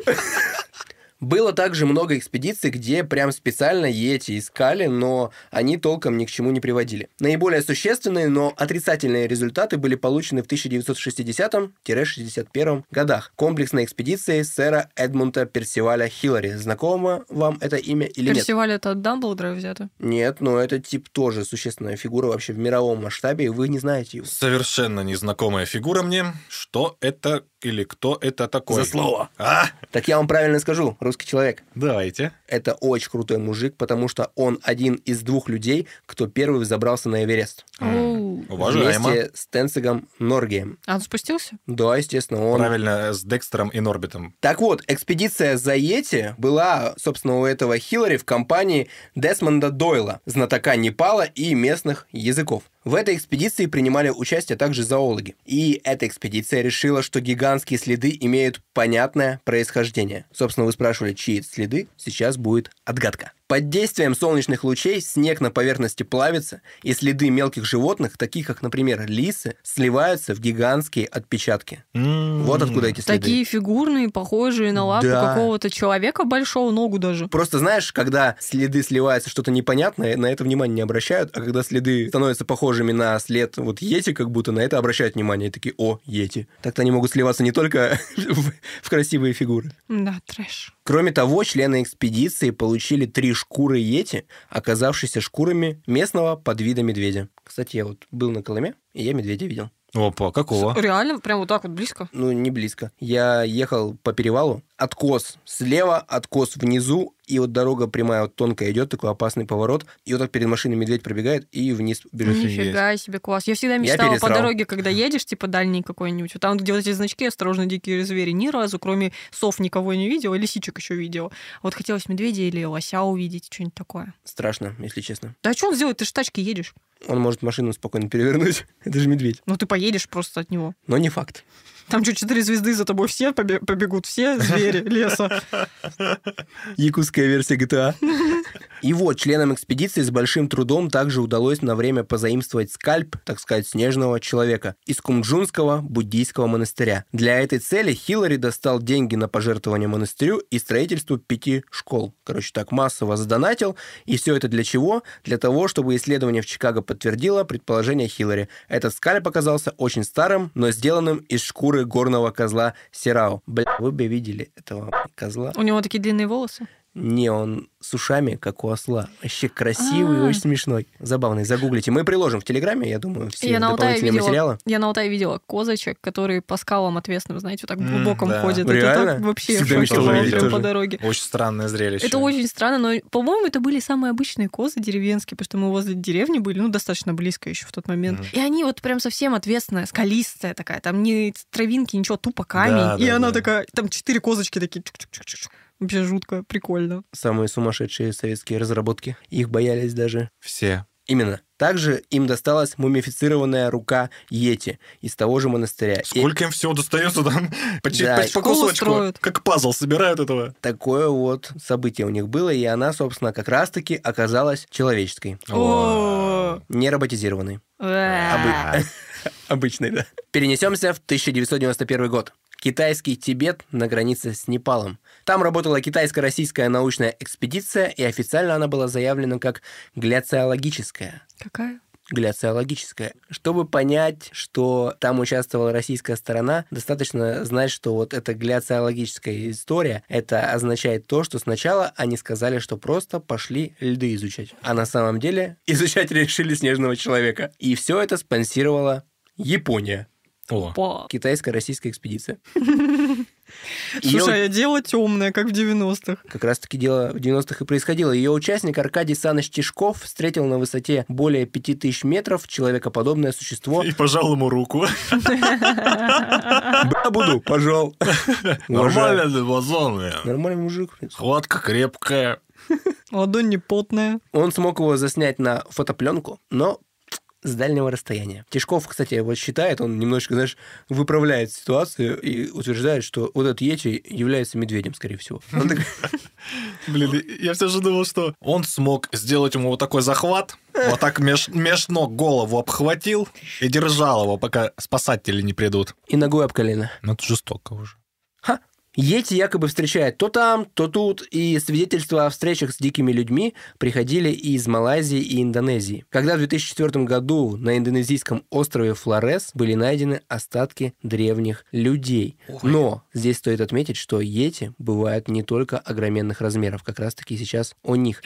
[SPEAKER 2] Было также много экспедиций, где прям специально Йети искали, но они толком ни к чему не приводили. Наиболее существенные, но отрицательные результаты были получены в 1960-61 годах. Комплексной экспедиции сэра Эдмунда Персиваля Хиллари. Знакомо вам это имя или нет?
[SPEAKER 4] Персиваль это от Дамблдора взято.
[SPEAKER 2] Нет, но этот тип тоже существенная фигура вообще в мировом масштабе, и вы не знаете его.
[SPEAKER 3] Совершенно незнакомая фигура мне. Что это или кто это такой?
[SPEAKER 2] За слово.
[SPEAKER 3] А?
[SPEAKER 2] Так я вам правильно скажу, русский человек.
[SPEAKER 3] Давайте.
[SPEAKER 2] Это очень крутой мужик, потому что он один из двух людей, кто первый забрался на Эверест.
[SPEAKER 4] Оу.
[SPEAKER 3] Уважаемо.
[SPEAKER 2] Вместе с Тенцигом Норгием.
[SPEAKER 4] А он спустился?
[SPEAKER 2] Да, естественно, он...
[SPEAKER 3] Правильно, с Декстером и Норбитом.
[SPEAKER 2] Так вот, экспедиция за Йети была, собственно, у этого Хиллари в компании Десмонда Дойла, знатока Непала и местных языков. В этой экспедиции принимали участие также зоологи. И эта экспедиция решила, что гигантские следы имеют понятное происхождение. Собственно, вы спрашивали, чьи это следы, сейчас будет отгадка. Под действием солнечных лучей снег на поверхности плавится, и следы мелких животных, таких как, например, лисы, сливаются в гигантские отпечатки. Вот
[SPEAKER 3] Вот
[SPEAKER 2] откуда эти следы.
[SPEAKER 4] Такие фигурные, похожие на лапу
[SPEAKER 2] Да.
[SPEAKER 4] какого-то человека большого, ногу даже.
[SPEAKER 2] Просто знаешь, когда следы сливаются что-то непонятное, на это внимание не обращают, а когда следы становятся похожими на след вот Йети, как будто на это обращают внимание. И такие, о, Йети. Так-то они могут сливаться не только в, в красивые фигуры.
[SPEAKER 4] Да, трэш.
[SPEAKER 2] Кроме того, члены экспедиции получили три шкуры Йети, оказавшиеся шкурами местного подвида медведя. Кстати, я вот был на Колыме, и я медведя видел.
[SPEAKER 3] Опа, какого?
[SPEAKER 4] Реально, прям вот так вот близко.
[SPEAKER 2] ну, не близко. Я ехал по перевалу, откос слева, откос внизу, и вот дорога прямая, вот тонкая идет, такой опасный поворот, и вот так перед машиной медведь пробегает и вниз бежит.
[SPEAKER 4] Нифига себе, класс. Я всегда мечтала по
[SPEAKER 2] пересрал.
[SPEAKER 4] дороге, когда едешь, типа дальний какой-нибудь, вот там, где вот эти значки «Осторожно, дикие звери», ни разу, кроме сов, никого не видела, и лисичек еще видела. А Вот хотелось медведя или лося увидеть, что-нибудь такое.
[SPEAKER 2] Страшно, если честно.
[SPEAKER 4] Да что он сделает? Ты же в тачке едешь.
[SPEAKER 2] Он может машину спокойно перевернуть, это же медведь.
[SPEAKER 4] Ну ты поедешь просто от него.
[SPEAKER 2] Но не факт.
[SPEAKER 4] Там что, четыре звезды за тобой все побе- побегут, все звери леса.
[SPEAKER 2] Якутская версия А. GTA. И вот членам экспедиции с большим трудом также удалось на время позаимствовать скальп, так сказать, снежного человека из Кумджунского буддийского монастыря. Для этой цели Хиллари достал деньги на пожертвование монастырю и строительству пяти школ. Короче, так массово задонатил. И все это для чего? Для того, чтобы исследование в Чикаго подтвердило предположение Хиллари. Этот скальп оказался очень старым, но сделанным из шкуры горного козла Серау. Бля, вы бы видели этого козла.
[SPEAKER 4] У него такие длинные волосы.
[SPEAKER 2] Не, он с ушами, как у осла. Вообще красивый,
[SPEAKER 4] А.
[SPEAKER 2] очень смешной. Забавный, загуглите. Мы приложим в Телеграме, я думаю, все
[SPEAKER 4] Я на Алтае
[SPEAKER 2] дополнительные
[SPEAKER 4] видела.
[SPEAKER 2] материалы.
[SPEAKER 4] Я на Алтае видела козочек, которые по скалам отвесным, знаете, вот так
[SPEAKER 3] М,
[SPEAKER 4] глубоком
[SPEAKER 3] да.
[SPEAKER 4] ходят. Это
[SPEAKER 2] Реально?
[SPEAKER 4] так вообще
[SPEAKER 2] Всегда
[SPEAKER 4] в шоке
[SPEAKER 3] Ну, мечтала
[SPEAKER 4] была
[SPEAKER 3] увидеть
[SPEAKER 4] прям
[SPEAKER 2] тоже.
[SPEAKER 4] по дороге.
[SPEAKER 3] Э, Очень странное зрелище.
[SPEAKER 4] Это очень странно, но, по-моему, это были самые обычные козы деревенские, потому что мы возле деревни были, ну, достаточно близко еще в тот момент.
[SPEAKER 3] Мгм.
[SPEAKER 4] И они вот прям совсем ответственная, скалистая такая, там ни травинки, ничего, тупо
[SPEAKER 3] Да,
[SPEAKER 4] камень. и
[SPEAKER 3] да,
[SPEAKER 4] она
[SPEAKER 3] да.
[SPEAKER 4] такая, там четыре козочки такие. чук-чук-чук-чук. Вообще жутко, прикольно.
[SPEAKER 2] Самые сумасшедшие советские разработки. Их боялись даже.
[SPEAKER 3] Все.
[SPEAKER 2] Именно. Также им досталась мумифицированная рука Йети из того же монастыря. И
[SPEAKER 3] Сколько им всего достается там? Почти
[SPEAKER 2] Да,
[SPEAKER 3] почти по
[SPEAKER 4] школу
[SPEAKER 3] кусочку.
[SPEAKER 4] строят.
[SPEAKER 3] Как пазл собирают этого.
[SPEAKER 2] такое вот событие у них было, и она, собственно, как раз-таки оказалась человеческой,
[SPEAKER 4] О.
[SPEAKER 2] не роботизированной.
[SPEAKER 3] А
[SPEAKER 4] Э.
[SPEAKER 2] Обычный, да. Перенесемся в 1991 год. Китайский Тибет на границе с Непалом. Там работала китайско-российская научная экспедиция, и официально она была заявлена как гляциологическая.
[SPEAKER 4] Какая?
[SPEAKER 2] гляциологическая. Чтобы понять, что там участвовала российская сторона, достаточно знать, что вот эта гляциологическая история, это означает то, что сначала они сказали, что просто пошли льды изучать. А на самом деле изучать решили снежного человека. И все это спонсировала Япония.
[SPEAKER 3] О,
[SPEAKER 4] Па.
[SPEAKER 2] Китайско-российская экспедиция. Её
[SPEAKER 4] Слушай, а дело темное, как в 90-х.
[SPEAKER 2] Как раз-таки дело в 90-х и происходило. Ее участник Аркадий Саныч Тишков встретил на высоте более 5000 метров человекоподобное существо.
[SPEAKER 3] и пожал ему руку.
[SPEAKER 2] Бля, буду, пожал. Уважаю.
[SPEAKER 3] Нормально, вазон.
[SPEAKER 2] Нормальный мужик. в принципе.
[SPEAKER 3] Хватка крепкая.
[SPEAKER 4] Ладонь не потная.
[SPEAKER 2] Он смог его заснять на фотопленку, но с дальнего расстояния. Тишков, кстати, вот считает, он немножечко, знаешь, выправляет ситуацию и утверждает, что вот этот Йети является медведем, скорее всего. Он такой,
[SPEAKER 3] Блин, я все же думал, что он смог сделать ему вот такой захват, вот так меж, меж ног голову обхватил и держал его, пока спасатели не придут.
[SPEAKER 2] И ногой об колено.
[SPEAKER 3] Ну, это жестоко уже.
[SPEAKER 2] Ха! Йети якобы встречает то там, то тут, и свидетельства о встречах с дикими людьми приходили и из Малайзии и Индонезии. Когда в 2004 году на индонезийском острове Флорес были найдены остатки древних людей. Но здесь стоит отметить, что йети бывают не только огроменных размеров, как раз-таки сейчас о них.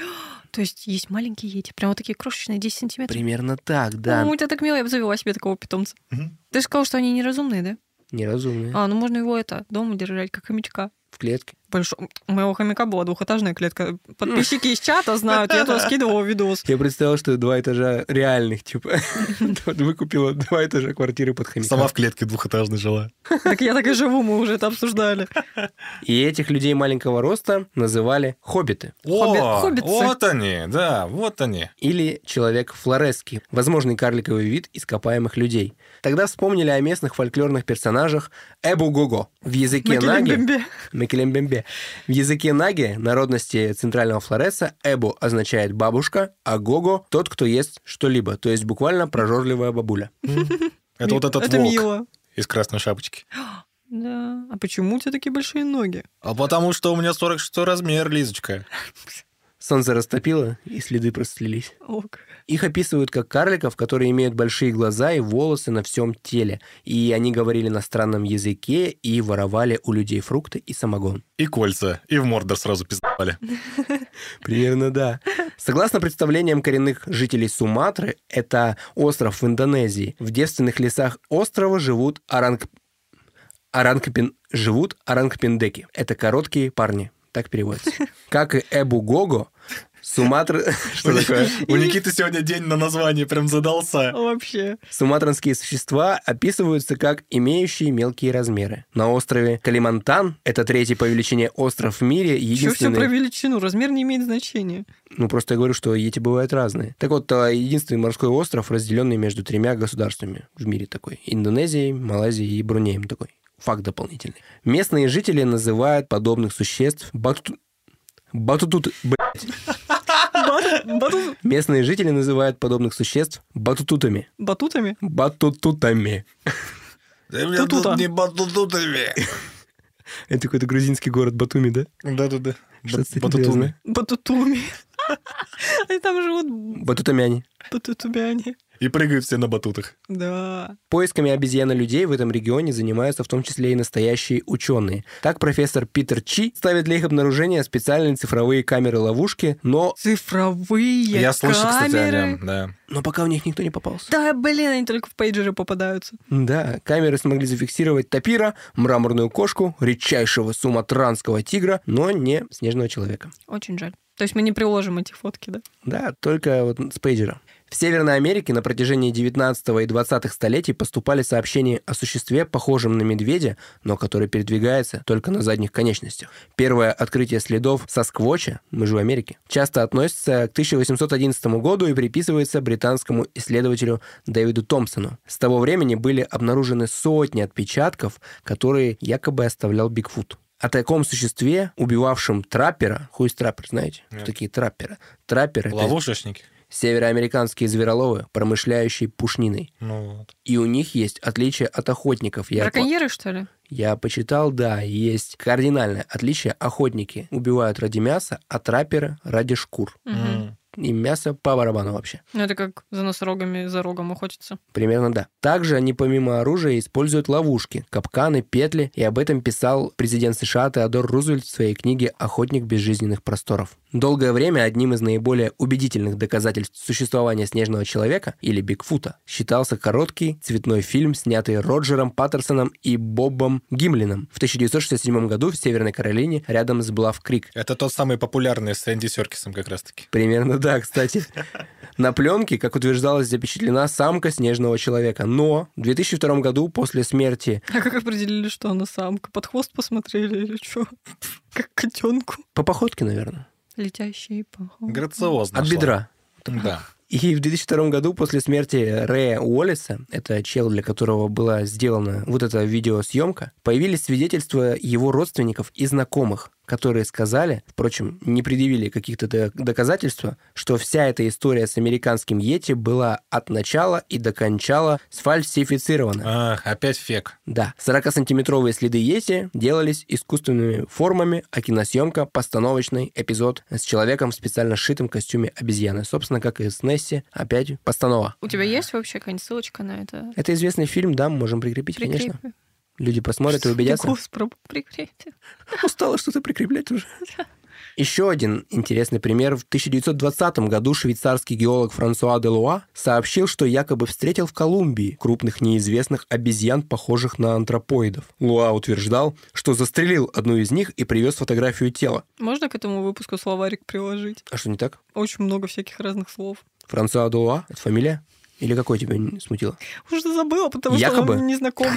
[SPEAKER 4] То есть есть маленькие ети, прям вот такие крошечные, 10 сантиметров.
[SPEAKER 2] Примерно так, да.
[SPEAKER 4] Ой, это так мило, я бы завела себе такого питомца.
[SPEAKER 3] Мгм.
[SPEAKER 4] Ты же сказал, что они неразумные, да?
[SPEAKER 2] Неразумные.
[SPEAKER 4] А, ну можно его это, дома держать, как хомячка.
[SPEAKER 2] В клетке.
[SPEAKER 4] Большой. У моего хомяка была двухэтажная клетка. Подписчики из чата знают, я туда скидывала видос.
[SPEAKER 2] Я представил, что два этажа реальных, типа. Выкупила два этажа квартиры под хомяка.
[SPEAKER 3] Сама в клетке двухэтажной жила.
[SPEAKER 4] Так я так и живу, мы уже это обсуждали.
[SPEAKER 2] И этих людей маленького роста называли хоббиты
[SPEAKER 4] Хобби-
[SPEAKER 3] О,
[SPEAKER 4] хоббитцы.
[SPEAKER 3] вот они, да, вот они.
[SPEAKER 2] или человек флорески, возможный карликовый вид ископаемых людей. Тогда вспомнили о местных фольклорных персонажах Эбу-Гого. В языке наги...
[SPEAKER 4] Макелембембе.
[SPEAKER 2] Макелембембе. В языке наги народности центрального флореса Эбу означает бабушка, а Гого – тот, кто ест что-либо, то есть буквально прожорливая бабуля.
[SPEAKER 3] Это вот этот
[SPEAKER 4] Это
[SPEAKER 3] волк
[SPEAKER 4] мило.
[SPEAKER 3] из красной шапочки.
[SPEAKER 4] Да. А почему у тебя такие большие ноги?
[SPEAKER 3] А потому что у меня 46 размер, Лизочка.
[SPEAKER 2] Солнце растопило, и следы прослились.
[SPEAKER 4] Ок.
[SPEAKER 2] Их описывают как карликов, которые имеют большие глаза и волосы на всем теле. И они говорили на странном языке и воровали у людей фрукты и самогон.
[SPEAKER 3] И кольца, и в мордор сразу пиздали.
[SPEAKER 2] Примерно да. Согласно представлениям коренных жителей Суматры, это остров в Индонезии. В девственных лесах острова живут оранг... оранкопин- живут оранкпиндеки. Это короткие парни. Так переводится. Как и Эбу Гого, Суматры... Что такое?
[SPEAKER 3] У Никиты сегодня день на название прям задался.
[SPEAKER 4] А Вообще.
[SPEAKER 2] Суматранские существа описываются как имеющие мелкие размеры. На острове Калимантан, это третий по величине остров в мире,
[SPEAKER 4] Еще все
[SPEAKER 2] единственный...
[SPEAKER 4] про величину, размер не имеет значения.
[SPEAKER 2] Ну, просто я говорю, что эти бывают разные. Так вот, а, единственный морской остров, разделенный между тремя государствами в мире такой. Индонезией, Малайзией и Брунеем такой. Факт дополнительный. Местные жители называют подобных существ бакту... Батутут... блядь.
[SPEAKER 4] Бат- бату-
[SPEAKER 2] Местные жители называют подобных существ батутутами.
[SPEAKER 4] Батутами?
[SPEAKER 2] Батутутами.
[SPEAKER 3] Да
[SPEAKER 4] меня Тут-то. тут не
[SPEAKER 3] батутутами.
[SPEAKER 2] Это какой-то грузинский город Батуми, да?
[SPEAKER 3] Да-да-да.
[SPEAKER 2] Что-то с этим
[SPEAKER 3] Батутуны.
[SPEAKER 2] связано.
[SPEAKER 4] Батутуми. Они там живут
[SPEAKER 2] Батутамяне.
[SPEAKER 4] батутубяне.
[SPEAKER 3] И прыгают все на батутах.
[SPEAKER 4] Да.
[SPEAKER 2] Поисками обезьяна-людей в этом регионе занимаются в том числе и настоящие ученые. Так профессор Питер Чи ставит для их обнаружения специальные цифровые камеры-ловушки, но...
[SPEAKER 4] Цифровые
[SPEAKER 3] Я слышал, кстати, о
[SPEAKER 4] камеры.
[SPEAKER 3] нем, да.
[SPEAKER 2] Но пока в них никто не попался.
[SPEAKER 4] Да, блин, они только в пейджеры попадаются.
[SPEAKER 2] Да, камеры смогли зафиксировать тапира, мраморную кошку, редчайшего суматранского тигра, но не снежного человека.
[SPEAKER 4] Очень жаль. То есть мы не приложим эти фотки, да?
[SPEAKER 2] Да, только вот с пейджера. В Северной Америке на протяжении 19 и 20 столетий поступали сообщения о существе, похожем на медведя, но который передвигается только на задних конечностях. Первое открытие следов со сквоча, мы же в Америке, часто относится к 1811 году и приписывается британскому исследователю Дэвиду Томпсону. С того времени были обнаружены сотни отпечатков, которые якобы оставлял Бигфут. О таком существе, убивавшем траппера, хуй с траппер, знаете,
[SPEAKER 3] Нет.
[SPEAKER 2] кто такие трапперы? Трапперы это
[SPEAKER 3] Ловушечники.
[SPEAKER 2] североамериканские звероловы, промышляющие пушниной.
[SPEAKER 3] Ну вот.
[SPEAKER 2] И у них есть отличие от охотников. Я, по-
[SPEAKER 4] Браконьеры, что ли?
[SPEAKER 2] я почитал, да, есть кардинальное отличие. Охотники убивают ради мяса, а трапперы ради шкур.
[SPEAKER 4] Мгм.
[SPEAKER 3] М.
[SPEAKER 2] и мясо по барабану вообще.
[SPEAKER 4] Ну, это как за носорогами за рогом охотиться.
[SPEAKER 2] Примерно да. Также они помимо оружия используют ловушки, капканы, петли, и об этом писал президент США Теодор Рузвельт в своей книге «Охотник безжизненных просторов». Долгое время одним из наиболее убедительных доказательств существования снежного человека, или Бигфута, считался короткий цветной фильм, снятый Роджером Паттерсоном и Бобом Гимлином в 1967 году в Северной Каролине рядом с Блав-Крик.
[SPEAKER 3] Это тот самый популярный с Энди Серкисом как раз-таки.
[SPEAKER 2] Примерно да, кстати. На пленке, как утверждалось, запечатлена самка снежного человека. Но в 2002 году после смерти
[SPEAKER 4] А как определили, что она самка? Под хвост посмотрели или что? Как котенку.
[SPEAKER 2] по походке, наверное,
[SPEAKER 4] Летящие похоже.
[SPEAKER 3] Грациозно.
[SPEAKER 2] от
[SPEAKER 3] шло.
[SPEAKER 2] бедра.
[SPEAKER 3] Да.
[SPEAKER 2] И в 2002 году после смерти Рэя Уоллеса, это чел, для которого была сделана вот эта видеосъемка, появились свидетельства его родственников и знакомых, которые сказали, впрочем, не предъявили каких-то до- доказательств, что вся эта история с американским Йети была от начала и до кончала сфальсифицирована.
[SPEAKER 3] Ах, опять фек.
[SPEAKER 2] Да, 40-сантиметровые следы Йети делались искусственными формами, а киносъемка – постановочный эпизод с человеком в специально сшитом костюме обезьяны. Собственно, как и с Несси, опять постанова.
[SPEAKER 4] У тебя есть вообще какая-нибудь ссылочка на это?
[SPEAKER 2] Это известный фильм, да, мы можем прикрепить, конечно.
[SPEAKER 4] Прикрепи.
[SPEAKER 2] Люди посмотрят и убедятся.
[SPEAKER 4] Ты госпробу прикрепи.
[SPEAKER 2] Устала что-то прикреплять уже. Еще один интересный пример. В 1920 году швейцарский геолог Франсуа Делуа сообщил, что якобы встретил в Колумбии крупных неизвестных обезьян, похожих на антропоидов. Луа утверждал, что застрелил одну из них и привез фотографию тела.
[SPEAKER 4] Можно к этому выпуску словарик приложить?
[SPEAKER 2] А что не так?
[SPEAKER 4] Очень много всяких разных слов.
[SPEAKER 2] Франсуа Делуа? Это фамилия? Или какой тебя не смутило?
[SPEAKER 4] Уже забыла, потому что
[SPEAKER 2] Якобы.
[SPEAKER 4] он не знаком.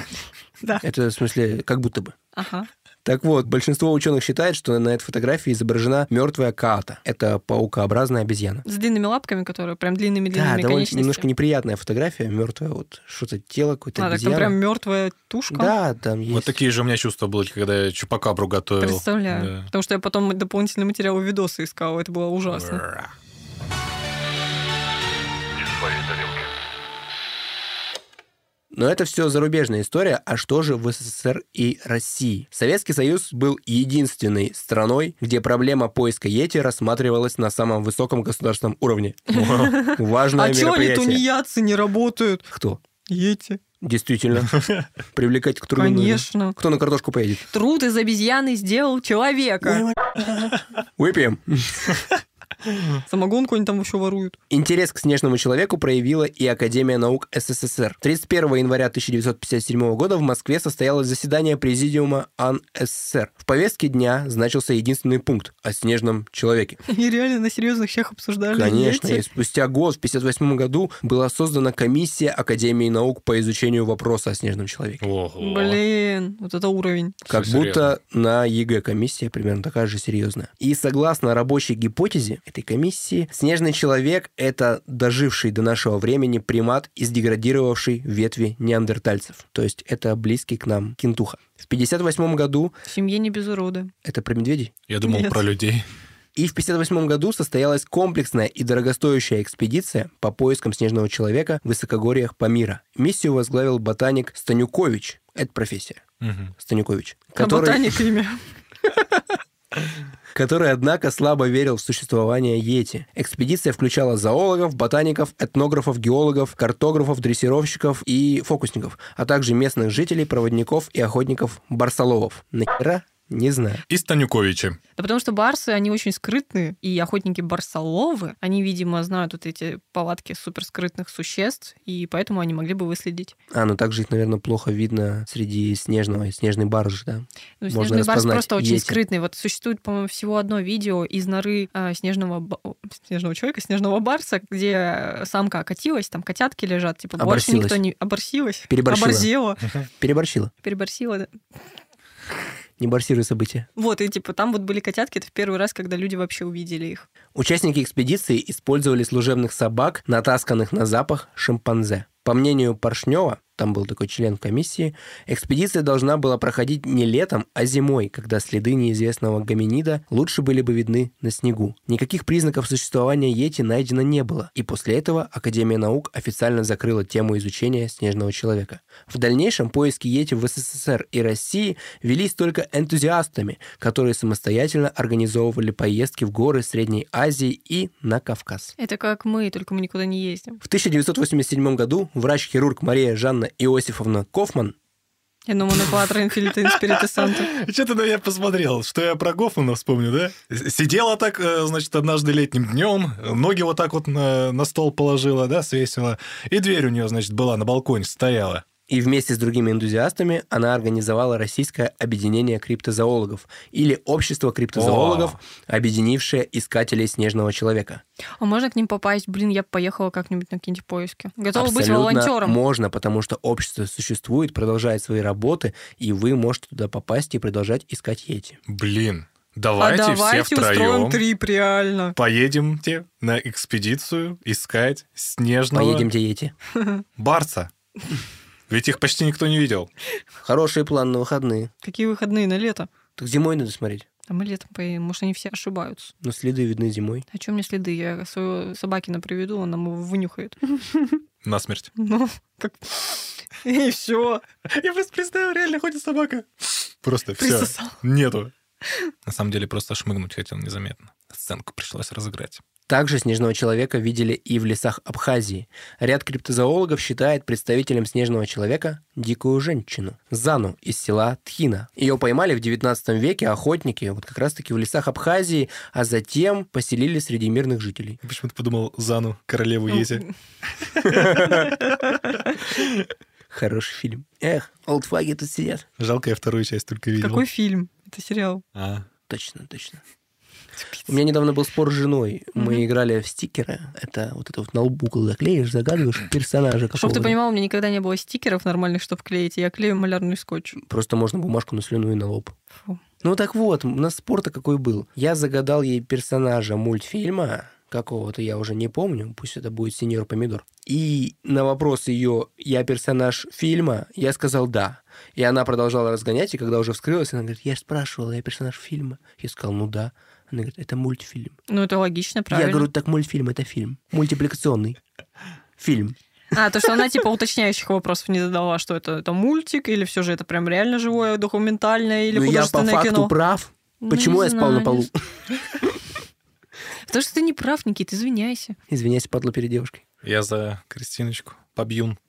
[SPEAKER 4] Да.
[SPEAKER 2] Это в смысле как будто бы.
[SPEAKER 4] Ага.
[SPEAKER 2] Так вот, большинство ученых считает, что на этой фотографии изображена мертвая каата. Это паукообразная обезьяна.
[SPEAKER 4] С длинными лапками, которые прям длинными-длинными
[SPEAKER 2] Да, довольно
[SPEAKER 4] конечностями.
[SPEAKER 2] немножко неприятная фотография, мертвая, вот что-то тело какое-то
[SPEAKER 4] А, так там прям
[SPEAKER 2] обезьяна.
[SPEAKER 4] мертвая тушка.
[SPEAKER 2] Да, там есть.
[SPEAKER 3] Вот такие же у меня чувства были, когда я чупакабру готовил.
[SPEAKER 4] Представляю.
[SPEAKER 3] Да.
[SPEAKER 4] Потому что я потом дополнительный материал и видосы искала. Это было ужасно.
[SPEAKER 3] Бра.
[SPEAKER 2] Но это все зарубежная история. А что же в СССР и России? Советский Союз был единственной страной, где проблема поиска Йети рассматривалась на самом высоком государственном уровне. Важное
[SPEAKER 4] А чё они,
[SPEAKER 2] мероприятие.
[SPEAKER 4] тунеядцы, не работают?
[SPEAKER 2] Кто?
[SPEAKER 4] Ети.
[SPEAKER 2] Действительно. Привлекать к труду. нужно.
[SPEAKER 4] Конечно.
[SPEAKER 2] Кто на картошку поедет?
[SPEAKER 4] Труд из обезьяны сделал человека.
[SPEAKER 2] Выпьем.
[SPEAKER 4] Самогонку они там еще воруют.
[SPEAKER 2] Интерес к снежному человеку проявила и Академия наук СССР. 31 января 1957 года в Москве состоялось заседание Президиума АН СССР. В повестке дня значился единственный пункт о снежном человеке.
[SPEAKER 4] И реально на серьезных всех обсуждали.
[SPEAKER 2] Конечно, и
[SPEAKER 4] Йети.
[SPEAKER 2] спустя год, в 1958 году, была создана комиссия Академии наук по изучению вопроса о снежном человеке.
[SPEAKER 3] Ого.
[SPEAKER 4] Блин, вот это уровень.
[SPEAKER 2] Как
[SPEAKER 3] Всё серьезно.
[SPEAKER 2] будто на ЕГЭ комиссия примерно такая же серьезная. И согласно рабочей гипотезе этой комиссии, снежный человек – это доживший до нашего времени примат из деградировавшей ветви неандертальцев. То есть это близкий к нам кентуха. В 58 году,
[SPEAKER 4] В семье не без урода.
[SPEAKER 2] это про медведей,
[SPEAKER 3] Я думал
[SPEAKER 4] Нет.
[SPEAKER 3] про людей.
[SPEAKER 2] и в 58 году состоялась комплексная и дорогостоящая экспедиция по поискам снежного человека в высокогорьях Памира. Миссию возглавил ботаник Станюкович. Это профессия.
[SPEAKER 3] Мгм.
[SPEAKER 2] Станюкович.
[SPEAKER 4] А ботаник имя.
[SPEAKER 2] который, однако, слабо верил в существование Йети. Экспедиция включала зоологов, ботаников, этнографов, геологов, картографов, дрессировщиков и фокусников, а также местных жителей, проводников и охотников барсоловов. Нахера? Не знаю.
[SPEAKER 3] И Станюковича.
[SPEAKER 4] Да потому что барсы, они очень скрытные, и охотники барсоловы, они, видимо, знают вот эти повадки суперскрытных существ, и поэтому они могли бы выследить.
[SPEAKER 2] А, ну также их, наверное, плохо видно среди снежного, снежной баржи, да?
[SPEAKER 4] Ну,
[SPEAKER 2] Можно
[SPEAKER 4] снежный барс
[SPEAKER 2] распознать
[SPEAKER 4] просто очень
[SPEAKER 2] йети.
[SPEAKER 4] скрытный. Вот существует, по-моему, всего одно видео из норы а, снежного, ба- о, снежного человека, снежного барса, где самка окатилась, там котятки лежат, типа больше
[SPEAKER 2] Оборсилась.
[SPEAKER 4] никто не... Оборсилась.
[SPEAKER 2] Переборщила.
[SPEAKER 4] Оборзела.
[SPEAKER 2] Переборщила.
[SPEAKER 4] Переборсила, да.
[SPEAKER 2] Не борсируй события.
[SPEAKER 4] Вот, и типа там вот были котятки, это в первый раз, когда люди вообще увидели их.
[SPEAKER 2] Участники экспедиции использовали служебных собак, натасканных на запах шимпанзе. По мнению Поршнева, там был такой член комиссии, экспедиция должна была проходить не летом, а зимой, когда следы неизвестного гоминида лучше были бы видны на снегу. Никаких признаков существования Йети найдено не было, и после этого Академия наук официально закрыла тему изучения снежного человека. В дальнейшем поиски Йети в СССР и России велись только энтузиастами, которые самостоятельно организовывали поездки в горы Средней Азии и на Кавказ.
[SPEAKER 4] Это как мы, только мы никуда не ездим.
[SPEAKER 2] В 1987 году врач-хирург Мария Жанна Иосифовна Кофман
[SPEAKER 4] Я думаю, на Патрон Фильтин Спирита Санта.
[SPEAKER 3] Что-то на ну, я посмотрел, что я про Гофмана вспомню, да? С- Сидела так, э, значит, однажды летним днем, ноги вот так вот на, на стол положила, да, свесила, и дверь у нее, значит, была на балконе стояла.
[SPEAKER 2] И вместе с другими энтузиастами она организовала Российское объединение криптозоологов или Общество криптозоологов,
[SPEAKER 3] О.
[SPEAKER 2] объединившее искателей снежного человека.
[SPEAKER 4] А можно к ним попасть? Блин, я бы поехала как-нибудь на какие-нибудь поиски. Готова быть
[SPEAKER 2] Абсолютно
[SPEAKER 4] волонтером.
[SPEAKER 2] Можно, потому что общество существует, продолжает свои работы, и вы можете туда попасть и продолжать искать Йети.
[SPEAKER 3] Блин,
[SPEAKER 4] А
[SPEAKER 3] давайте, все
[SPEAKER 4] давайте устроим
[SPEAKER 3] втроем
[SPEAKER 4] трип, реально.
[SPEAKER 3] поедемте на экспедицию искать снежного
[SPEAKER 2] Поедемте, Йети.
[SPEAKER 3] барса. Ведь их почти никто не видел.
[SPEAKER 2] Хороший план на выходные.
[SPEAKER 4] Какие выходные на лето?
[SPEAKER 2] Так зимой надо смотреть.
[SPEAKER 4] А мы летом поедем. Может, они все ошибаются.
[SPEAKER 2] Но следы видны зимой.
[SPEAKER 4] А чем мне следы? Я свою собакина приведу, она его вынюхает.
[SPEAKER 3] Насмерть.
[SPEAKER 4] Ну, как... И все.
[SPEAKER 3] Я просто представил, реально ходит собака. Просто все.
[SPEAKER 4] Присосал.
[SPEAKER 3] Нету. На самом деле просто шмыгнуть хотел незаметно. Сценку пришлось разыграть.
[SPEAKER 2] Также снежного человека видели и в лесах Абхазии. Ряд криптозоологов считает представителем снежного человека дикую женщину, Зану из села Тхина. Ее поймали в 19 веке охотники, вот как раз-таки в лесах Абхазии, а затем поселили среди мирных жителей.
[SPEAKER 3] Я почему-то подумал Зану, королеву
[SPEAKER 4] Ну,
[SPEAKER 3] Ези.
[SPEAKER 2] Хороший фильм. Эх, олдфаги тут сидят.
[SPEAKER 3] Жалко, я вторую часть только видел.
[SPEAKER 4] Какой фильм? Это сериал.
[SPEAKER 3] А.
[SPEAKER 2] Точно, точно. У меня недавно был спор с женой. Мы играли в стикеры. Это вот это вот на лбу, когда клеишь, загадываешь персонажа
[SPEAKER 4] Чтоб ты
[SPEAKER 2] какого-то.
[SPEAKER 4] понимал, у меня никогда не было стикеров нормальных, чтобы клеить. Я клею малярный скотч.
[SPEAKER 2] Просто можно бумажку на слюну и на лоб.
[SPEAKER 4] Фу.
[SPEAKER 2] Ну так вот, у нас спор-то какой был. Я загадал ей персонажа мультфильма, какого-то я уже не помню, пусть это будет сеньор Помидор. И на вопрос ее «Я персонаж фильма?» я сказал «да». И она продолжала разгонять, и когда уже вскрылась, она говорит, я же спрашивала, я персонаж фильма. Я сказал, ну да. Она говорит, это мультфильм.
[SPEAKER 4] Ну, это логично, правильно.
[SPEAKER 2] Я говорю, так мультфильм, это фильм. Мультипликационный фильм.
[SPEAKER 4] А, то, что она, типа, уточняющих вопросов не задала, что это, это мультик, или все же это прям реально живое, документальное, или
[SPEAKER 2] Но Ну, я по
[SPEAKER 4] художественное
[SPEAKER 2] факту
[SPEAKER 4] кино.
[SPEAKER 2] прав.
[SPEAKER 4] Ну,
[SPEAKER 2] Почему
[SPEAKER 4] не
[SPEAKER 2] я спал на
[SPEAKER 4] знаю,
[SPEAKER 2] полу?
[SPEAKER 4] не Потому что ты не прав, Никит, извиняйся.
[SPEAKER 2] Извиняюсь, падла перед девушкой.
[SPEAKER 3] Я за Кристиночку. Побьюн.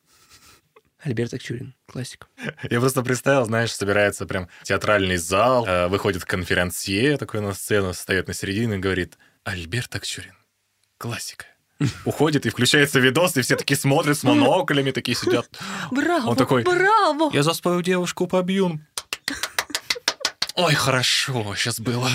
[SPEAKER 2] Альберт Акчурин, классик.
[SPEAKER 3] Я просто представил, знаешь, собирается прям театральный зал, э, выходит конферансье такой на сцену, встает на середину и говорит «Альберт Акчурин, классика». Уходит, и включается видос, и все такие смотрят с моноклями, такие сидят.
[SPEAKER 4] Браво,
[SPEAKER 3] Он такой,
[SPEAKER 4] браво!
[SPEAKER 3] Я за свою девушку побью. Ой, хорошо, сейчас было.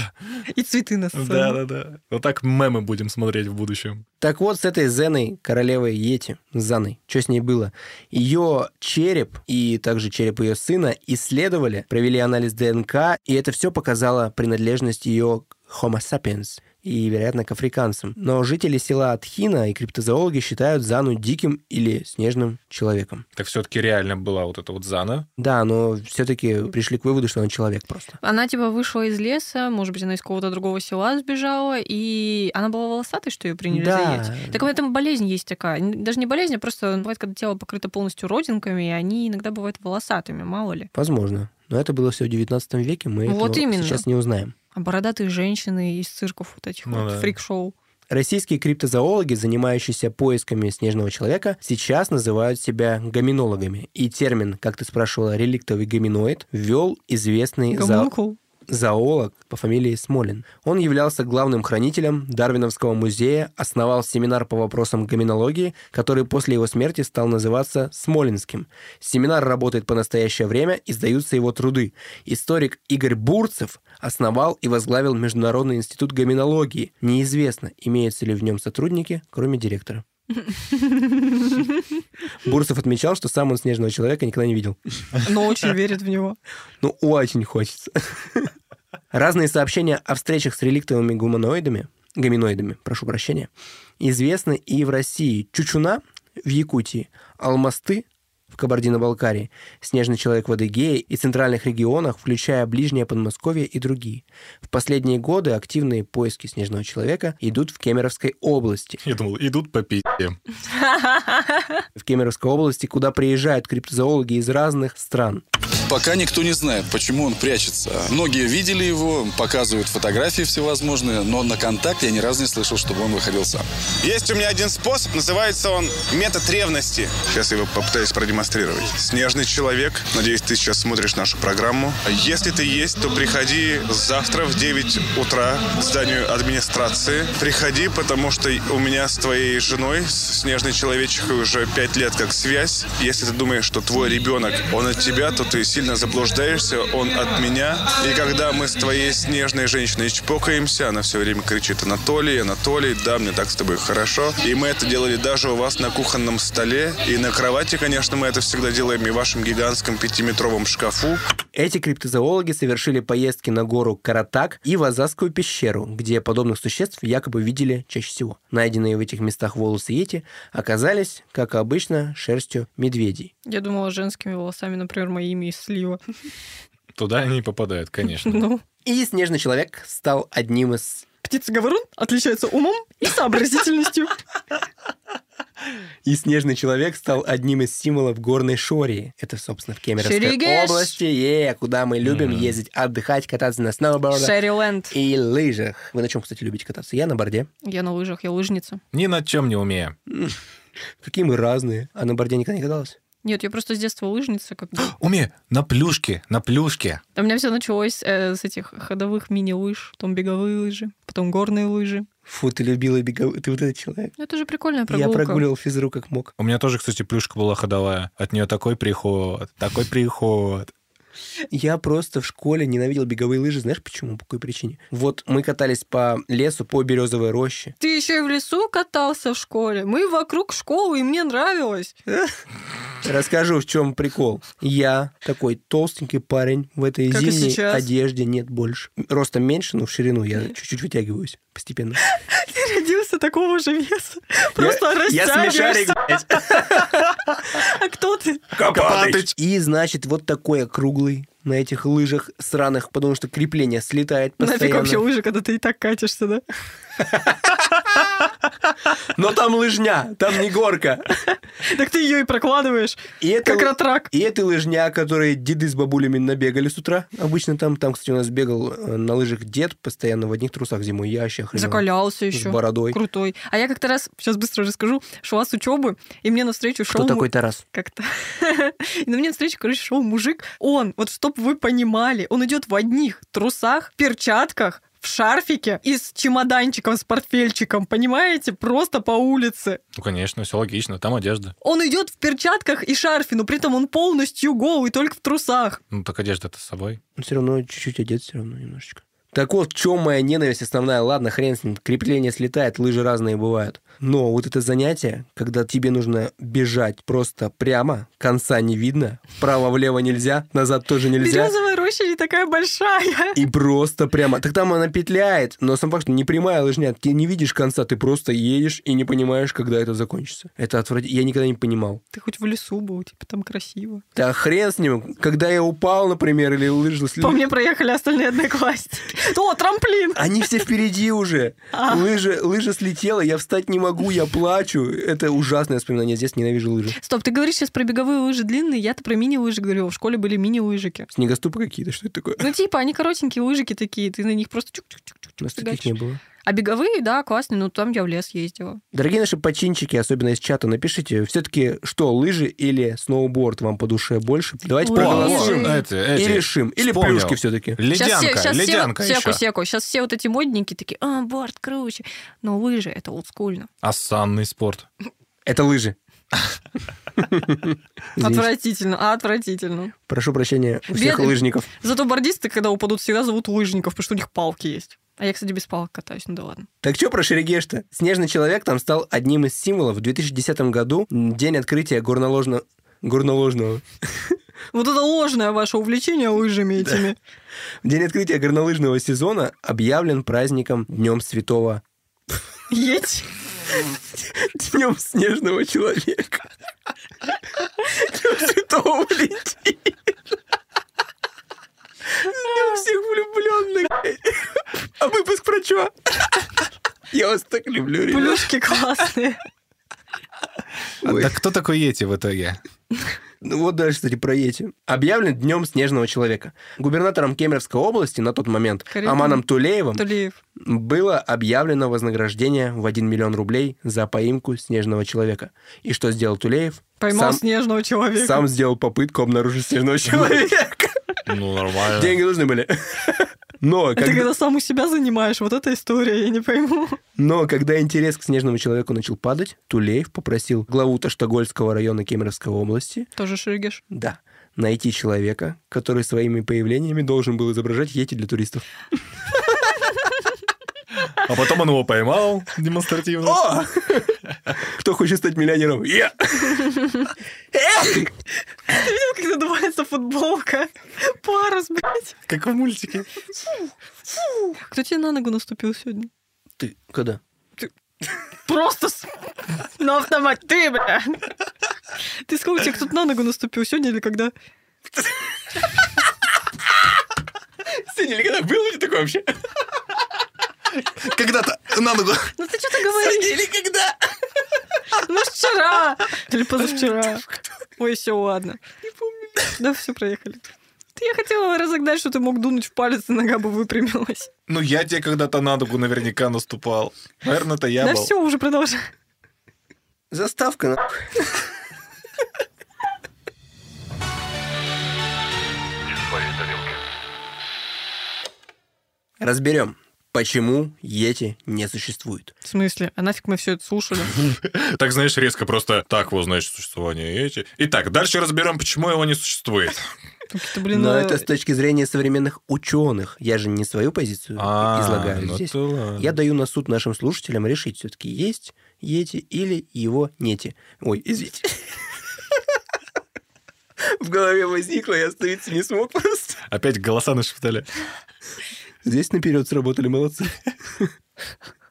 [SPEAKER 4] И цветы на сцене.
[SPEAKER 3] Да-да-да. Вот так мемы будем смотреть в будущем.
[SPEAKER 2] Так вот, с этой Зеной, королевой Йети, Заной, что с ней было? Ее череп и также череп ее сына исследовали, провели анализ ДНК, и это все показало принадлежность ее к Homo sapiens и, вероятно, к африканцам. Но жители села Атхина и криптозоологи считают Зану диким или снежным человеком.
[SPEAKER 3] Так все-таки реально была вот эта вот Зана.
[SPEAKER 2] Да, но все-таки пришли к выводу, что он человек просто.
[SPEAKER 4] Она, типа, вышла из леса, может быть, она из какого-то другого села сбежала, и она была волосатой, что ее приняли
[SPEAKER 2] Да.
[SPEAKER 4] за Йети. Так вот, там болезнь есть такая. Н- Даже не болезнь, а просто бывает, когда тело покрыто полностью родинками, и они иногда бывают волосатыми, мало ли.
[SPEAKER 2] Возможно. Но это было все в 19 веке, мы
[SPEAKER 4] Вот
[SPEAKER 2] этого
[SPEAKER 4] именно.
[SPEAKER 2] сейчас не узнаем.
[SPEAKER 4] А бородатые женщины из цирков вот этих
[SPEAKER 3] Ну
[SPEAKER 4] вот
[SPEAKER 3] да.
[SPEAKER 4] фрик-шоу.
[SPEAKER 2] Российские криптозоологи, занимающиеся поисками снежного человека, сейчас называют себя гоминологами. И термин, как ты спрашивала, реликтовый гоминоид, ввел известный зо-
[SPEAKER 4] Гомункул.
[SPEAKER 2] зоолог по фамилии Смолин. Он являлся главным хранителем Дарвиновского музея, основал семинар по вопросам гоминологии, который после его смерти стал называться Смолинским. Семинар работает по настоящее время, издаются его труды. Историк Игорь Бурцев основал и возглавил Международный институт гоминологии. Неизвестно, имеются ли в нем сотрудники, кроме директора. Бурцев отмечал, что сам он снежного человека никогда не видел.
[SPEAKER 4] Но очень верит в него.
[SPEAKER 2] Ну, очень хочется. Разные сообщения о встречах с реликтовыми гуманоидами, гоминоидами, прошу прощения, известны и в России. Чучуна в Якутии, Алмасты в Кабардино-Балкарии, снежный человек в Адыгее и центральных регионах, включая Ближнее Подмосковье и другие. В последние годы активные поиски снежного человека идут в Кемеровской области.
[SPEAKER 3] Я думал, идут по пи***.
[SPEAKER 2] В Кемеровской области, куда приезжают криптозоологи из разных стран.
[SPEAKER 7] Пока никто не знает, почему он прячется. Многие видели его, показывают фотографии всевозможные, но на контакт я ни разу не слышал, чтобы он выходил сам.
[SPEAKER 8] Есть у меня один способ, называется он метод ревности. Сейчас я его попытаюсь продемонстрировать. Снежный человек, надеюсь, ты сейчас смотришь нашу программу. А Если ты есть, то приходи завтра в 9 утра к зданию администрации. Приходи, потому что у меня с твоей женой, с снежной человечихой, уже 5 лет как связь. Если ты думаешь, что твой ребенок, он от тебя, то ты сильно заблуждаешься, он от меня. И когда мы с твоей снежной женщиной чпокаемся, она все время кричит «Анатолий, Анатолий, да, мне так с тобой хорошо». И мы это делали даже у вас на кухонном столе. И на кровати, конечно, мы это всегда делаем, и в вашем гигантском пятиметровом шкафу.
[SPEAKER 2] Эти криптозоологи совершили поездки на гору Каратак и в Азазскую пещеру, где подобных существ якобы видели чаще всего. Найденные в этих местах волосы Йети оказались, как обычно, шерстью медведей.
[SPEAKER 4] Я думала женскими волосами, например, моими из слива.
[SPEAKER 3] Туда они и попадают, конечно.
[SPEAKER 4] Ну,
[SPEAKER 2] И снежный человек стал одним из...
[SPEAKER 4] птица-говорун отличается умом и сообразительностью.
[SPEAKER 2] И снежный человек стал одним из символов горной Шории. Это, собственно, в Кемеровской
[SPEAKER 4] Шерегеш.
[SPEAKER 2] области, е, куда мы любим
[SPEAKER 3] Мгм.
[SPEAKER 2] ездить, отдыхать, кататься на сноубордах
[SPEAKER 4] Шерри Лэнд.
[SPEAKER 2] и лыжах. Вы на чем, кстати, любите кататься? Я на борде.
[SPEAKER 4] Я на лыжах, я лыжница.
[SPEAKER 3] Ни над чем не умею.
[SPEAKER 2] Какие мы разные. А на борде никогда не каталась?
[SPEAKER 4] Нет, я просто с детства лыжница. Как бы. А
[SPEAKER 3] Умею на плюшке, на плюшке.
[SPEAKER 4] У меня все началось э, с этих ходовых мини-лыж, потом беговые лыжи, потом горные лыжи.
[SPEAKER 2] Фу, ты любила беговые. Ты вот этот человек.
[SPEAKER 4] Ну, Это же прикольная прогулка.
[SPEAKER 2] Я прогуливал физру как мог.
[SPEAKER 3] У меня тоже, кстати, плюшка была ходовая. От нее такой приход, такой приход.
[SPEAKER 2] Я просто в школе ненавидел беговые лыжи. Знаешь почему? По какой причине? Вот мы катались по лесу, по березовой роще.
[SPEAKER 4] Ты еще и в лесу катался в школе. Мы вокруг школы, и мне нравилось.
[SPEAKER 2] Расскажу, в чем прикол. Я такой толстенький парень в этой
[SPEAKER 4] Как и
[SPEAKER 2] зимней
[SPEAKER 4] сейчас.
[SPEAKER 2] одежде. Нет, больше. Ростом меньше, но в ширину я чуть-чуть вытягиваюсь постепенно.
[SPEAKER 4] Ты родился такого же веса. Просто
[SPEAKER 2] Я смешарик,
[SPEAKER 4] растягиваешься.
[SPEAKER 2] блядь.
[SPEAKER 4] А кто ты?
[SPEAKER 2] Копатыч. И, значит, вот такой округлый на этих лыжах сраных, потому что крепление слетает
[SPEAKER 4] Нафиг вообще
[SPEAKER 2] постоянно.
[SPEAKER 4] лыжи, когда ты и так катишься, да?
[SPEAKER 2] Но там лыжня, там не горка.
[SPEAKER 4] Так ты ее и прокладываешь,
[SPEAKER 2] И это,
[SPEAKER 4] как
[SPEAKER 2] лы-
[SPEAKER 4] ратрак.
[SPEAKER 2] и это лыжня, которые деды с бабулями набегали с утра. Обычно там, там, кстати, у нас бегал э, на лыжах дед постоянно в одних трусах зимой. Я вообще охренел.
[SPEAKER 4] Закалялся
[SPEAKER 2] С
[SPEAKER 4] еще.
[SPEAKER 2] бородой.
[SPEAKER 4] Крутой. А я как-то раз, сейчас быстро расскажу, шла с учебы, и мне навстречу шел...
[SPEAKER 2] Кто такой Тарас?
[SPEAKER 4] Как-то. И на мне навстречу, короче, шел мужик. Он, вот чтоб вы понимали, он идет в одних трусах, перчатках, в шарфике и с чемоданчиком, с портфельчиком, понимаете? Просто по улице.
[SPEAKER 3] Ну, конечно, все логично, там одежда.
[SPEAKER 4] Он идет в перчатках и шарфе, но при этом он полностью голый, только в трусах.
[SPEAKER 3] Ну, так одежда-то с собой.
[SPEAKER 2] Он все Ну, равно чуть-чуть одет, все равно немножечко. Так вот, в чем моя ненависть основная? Ладно, хрен с ним, крепление слетает, лыжи разные бывают. Но вот это занятие, когда тебе нужно бежать просто прямо, конца не видно, вправо-влево нельзя, назад тоже нельзя.
[SPEAKER 4] Березовая роща не такая большая.
[SPEAKER 2] И просто прямо. Так там она петляет, но сам факт, что не прямая лыжня, ты не видишь конца, ты просто едешь и не понимаешь, когда это закончится. Это отвратительно. Я никогда не понимал.
[SPEAKER 4] Ты хоть в лесу был, типа там красиво.
[SPEAKER 2] Да хрен с ним. Когда я упал, например, или лыжи...
[SPEAKER 4] По мне проехали остальные одноклассники. О, трамплин!
[SPEAKER 2] Они все впереди уже.
[SPEAKER 4] А.
[SPEAKER 2] Лыжа, лыжа слетела, я встать не могу, я плачу. Это ужасное воспоминание. Здесь ненавижу лыжи.
[SPEAKER 4] Стоп, ты говоришь сейчас про беговые лыжи длинные, я-то про мини-лыжи говорила, в школе были мини-лыжики.
[SPEAKER 2] Снегоступы какие-то, что это такое?
[SPEAKER 4] Ну, типа, они коротенькие лыжики такие, ты на них просто чук-чук-чук-чук
[SPEAKER 2] У нас таких
[SPEAKER 4] фигачишь.
[SPEAKER 2] не было.
[SPEAKER 4] А беговые, да, классные, но там я в лес ездила.
[SPEAKER 2] Дорогие наши починчики, особенно из чата, напишите, все-таки что, лыжи или сноуборд вам по душе больше? Давайте
[SPEAKER 4] Ой,
[SPEAKER 2] проголосуем.
[SPEAKER 4] лыжи.
[SPEAKER 3] эти, эти.
[SPEAKER 2] И решим. Или
[SPEAKER 3] Вспомнил.
[SPEAKER 2] плюшки все-таки.
[SPEAKER 3] Ледянка,
[SPEAKER 4] сейчас все,
[SPEAKER 3] ледянка
[SPEAKER 4] секу,
[SPEAKER 3] еще.
[SPEAKER 4] секу. Сейчас все вот эти модники такие, а, борт круче. Но лыжи — это олдскульно.
[SPEAKER 3] Осанный спорт.
[SPEAKER 2] Это лыжи. Извините.
[SPEAKER 4] Отвратительно, отвратительно.
[SPEAKER 2] Прошу прощения у всех
[SPEAKER 4] Бедный.
[SPEAKER 2] лыжников.
[SPEAKER 4] Зато бордисты, когда упадут, всегда зовут лыжников, потому что у них палки есть. А я, кстати, без палок катаюсь, ну да ладно.
[SPEAKER 2] Так что про Шерегеш-то? Снежный человек там стал одним из символов. В 2010 году м, день открытия горноложного... Горноложного.
[SPEAKER 4] Вот это ложное ваше увлечение лыжами этими.
[SPEAKER 2] День открытия горнолыжного сезона объявлен праздником Днем Святого.
[SPEAKER 4] Еть.
[SPEAKER 2] Днем снежного человека. Днем святого Валентина. Днем всех влюбленных. А выпуск про чё? Я вас так люблю, ребят.
[SPEAKER 4] Плюшки классные.
[SPEAKER 3] А
[SPEAKER 2] Ой.
[SPEAKER 3] так кто такой Йети в итоге?
[SPEAKER 2] Ну вот даже, кстати, про Йети. Объявлен Днем Снежного Человека. Губернатором Кемеровской области на тот момент
[SPEAKER 4] Карелин.
[SPEAKER 2] Аманом Тулеевым
[SPEAKER 4] Тулиев.
[SPEAKER 2] было объявлено вознаграждение в 1 миллион рублей за поимку Снежного Человека. И что сделал Тулеев?
[SPEAKER 4] Поймал
[SPEAKER 2] Сам-
[SPEAKER 4] снежного человека.
[SPEAKER 2] Сам сделал попытку обнаружить снежного человека.
[SPEAKER 3] Ну, нормально.
[SPEAKER 2] Деньги нужны были. Но
[SPEAKER 4] Это
[SPEAKER 2] когда,
[SPEAKER 4] когда сам у себя занимаешь, вот эта история, я не пойму.
[SPEAKER 2] но когда интерес к снежному человеку начал падать, Тулеев попросил главу Таштагольского района Кемеровской области,
[SPEAKER 4] Тоже Шигеш.
[SPEAKER 2] да, найти человека, который своими появлениями должен был изображать Йети для туристов.
[SPEAKER 3] А потом он его поймал демонстративно.
[SPEAKER 2] О! Кто хочет стать миллионером? Я!
[SPEAKER 4] Ты видел, как надувается футболка? Парус, блядь.
[SPEAKER 3] Как в мультике.
[SPEAKER 4] Кто тебе на ногу наступил сегодня?
[SPEAKER 2] Ты когда?
[SPEAKER 4] Просто с- на автомате. Ты, бля. Ты сколько тебе кто-то на ногу наступил сегодня или когда?
[SPEAKER 2] Сегодня или когда? Было ли такое вообще?
[SPEAKER 3] Когда-то на ногу.
[SPEAKER 4] Ну ты что-то говоришь.
[SPEAKER 2] Или когда?
[SPEAKER 4] Ну вчера. Или позавчера. Ой, все, ладно. Не помню. Да, все, проехали. Ты я хотела разогнать, что ты мог дунуть в палец, и нога бы выпрямилась.
[SPEAKER 3] Ну, я тебе когда-то на ногу наверняка наступал. Наверное, это я
[SPEAKER 4] да
[SPEAKER 3] был.
[SPEAKER 4] все, уже продолжай.
[SPEAKER 2] Заставка, нахуй. Разберем, почему Йети не существует.
[SPEAKER 4] В смысле? А нафиг мы все это слушали? Ну,
[SPEAKER 3] Так, знаешь, резко просто так вот, значит, существование Йети. Итак, дальше разберем, почему его не существует.
[SPEAKER 4] Какие-то, блин,
[SPEAKER 2] Но
[SPEAKER 4] а,
[SPEAKER 2] это с точки зрения современных ученых. Я же не свою позицию излагаю здесь. Я даю на суд нашим слушателям решить, все-таки есть Йети или его нети. Ой, извините. В голове возникло, я остановиться не смог просто.
[SPEAKER 3] Опять голоса нашептали.
[SPEAKER 2] Здесь наперед сработали, молодцы.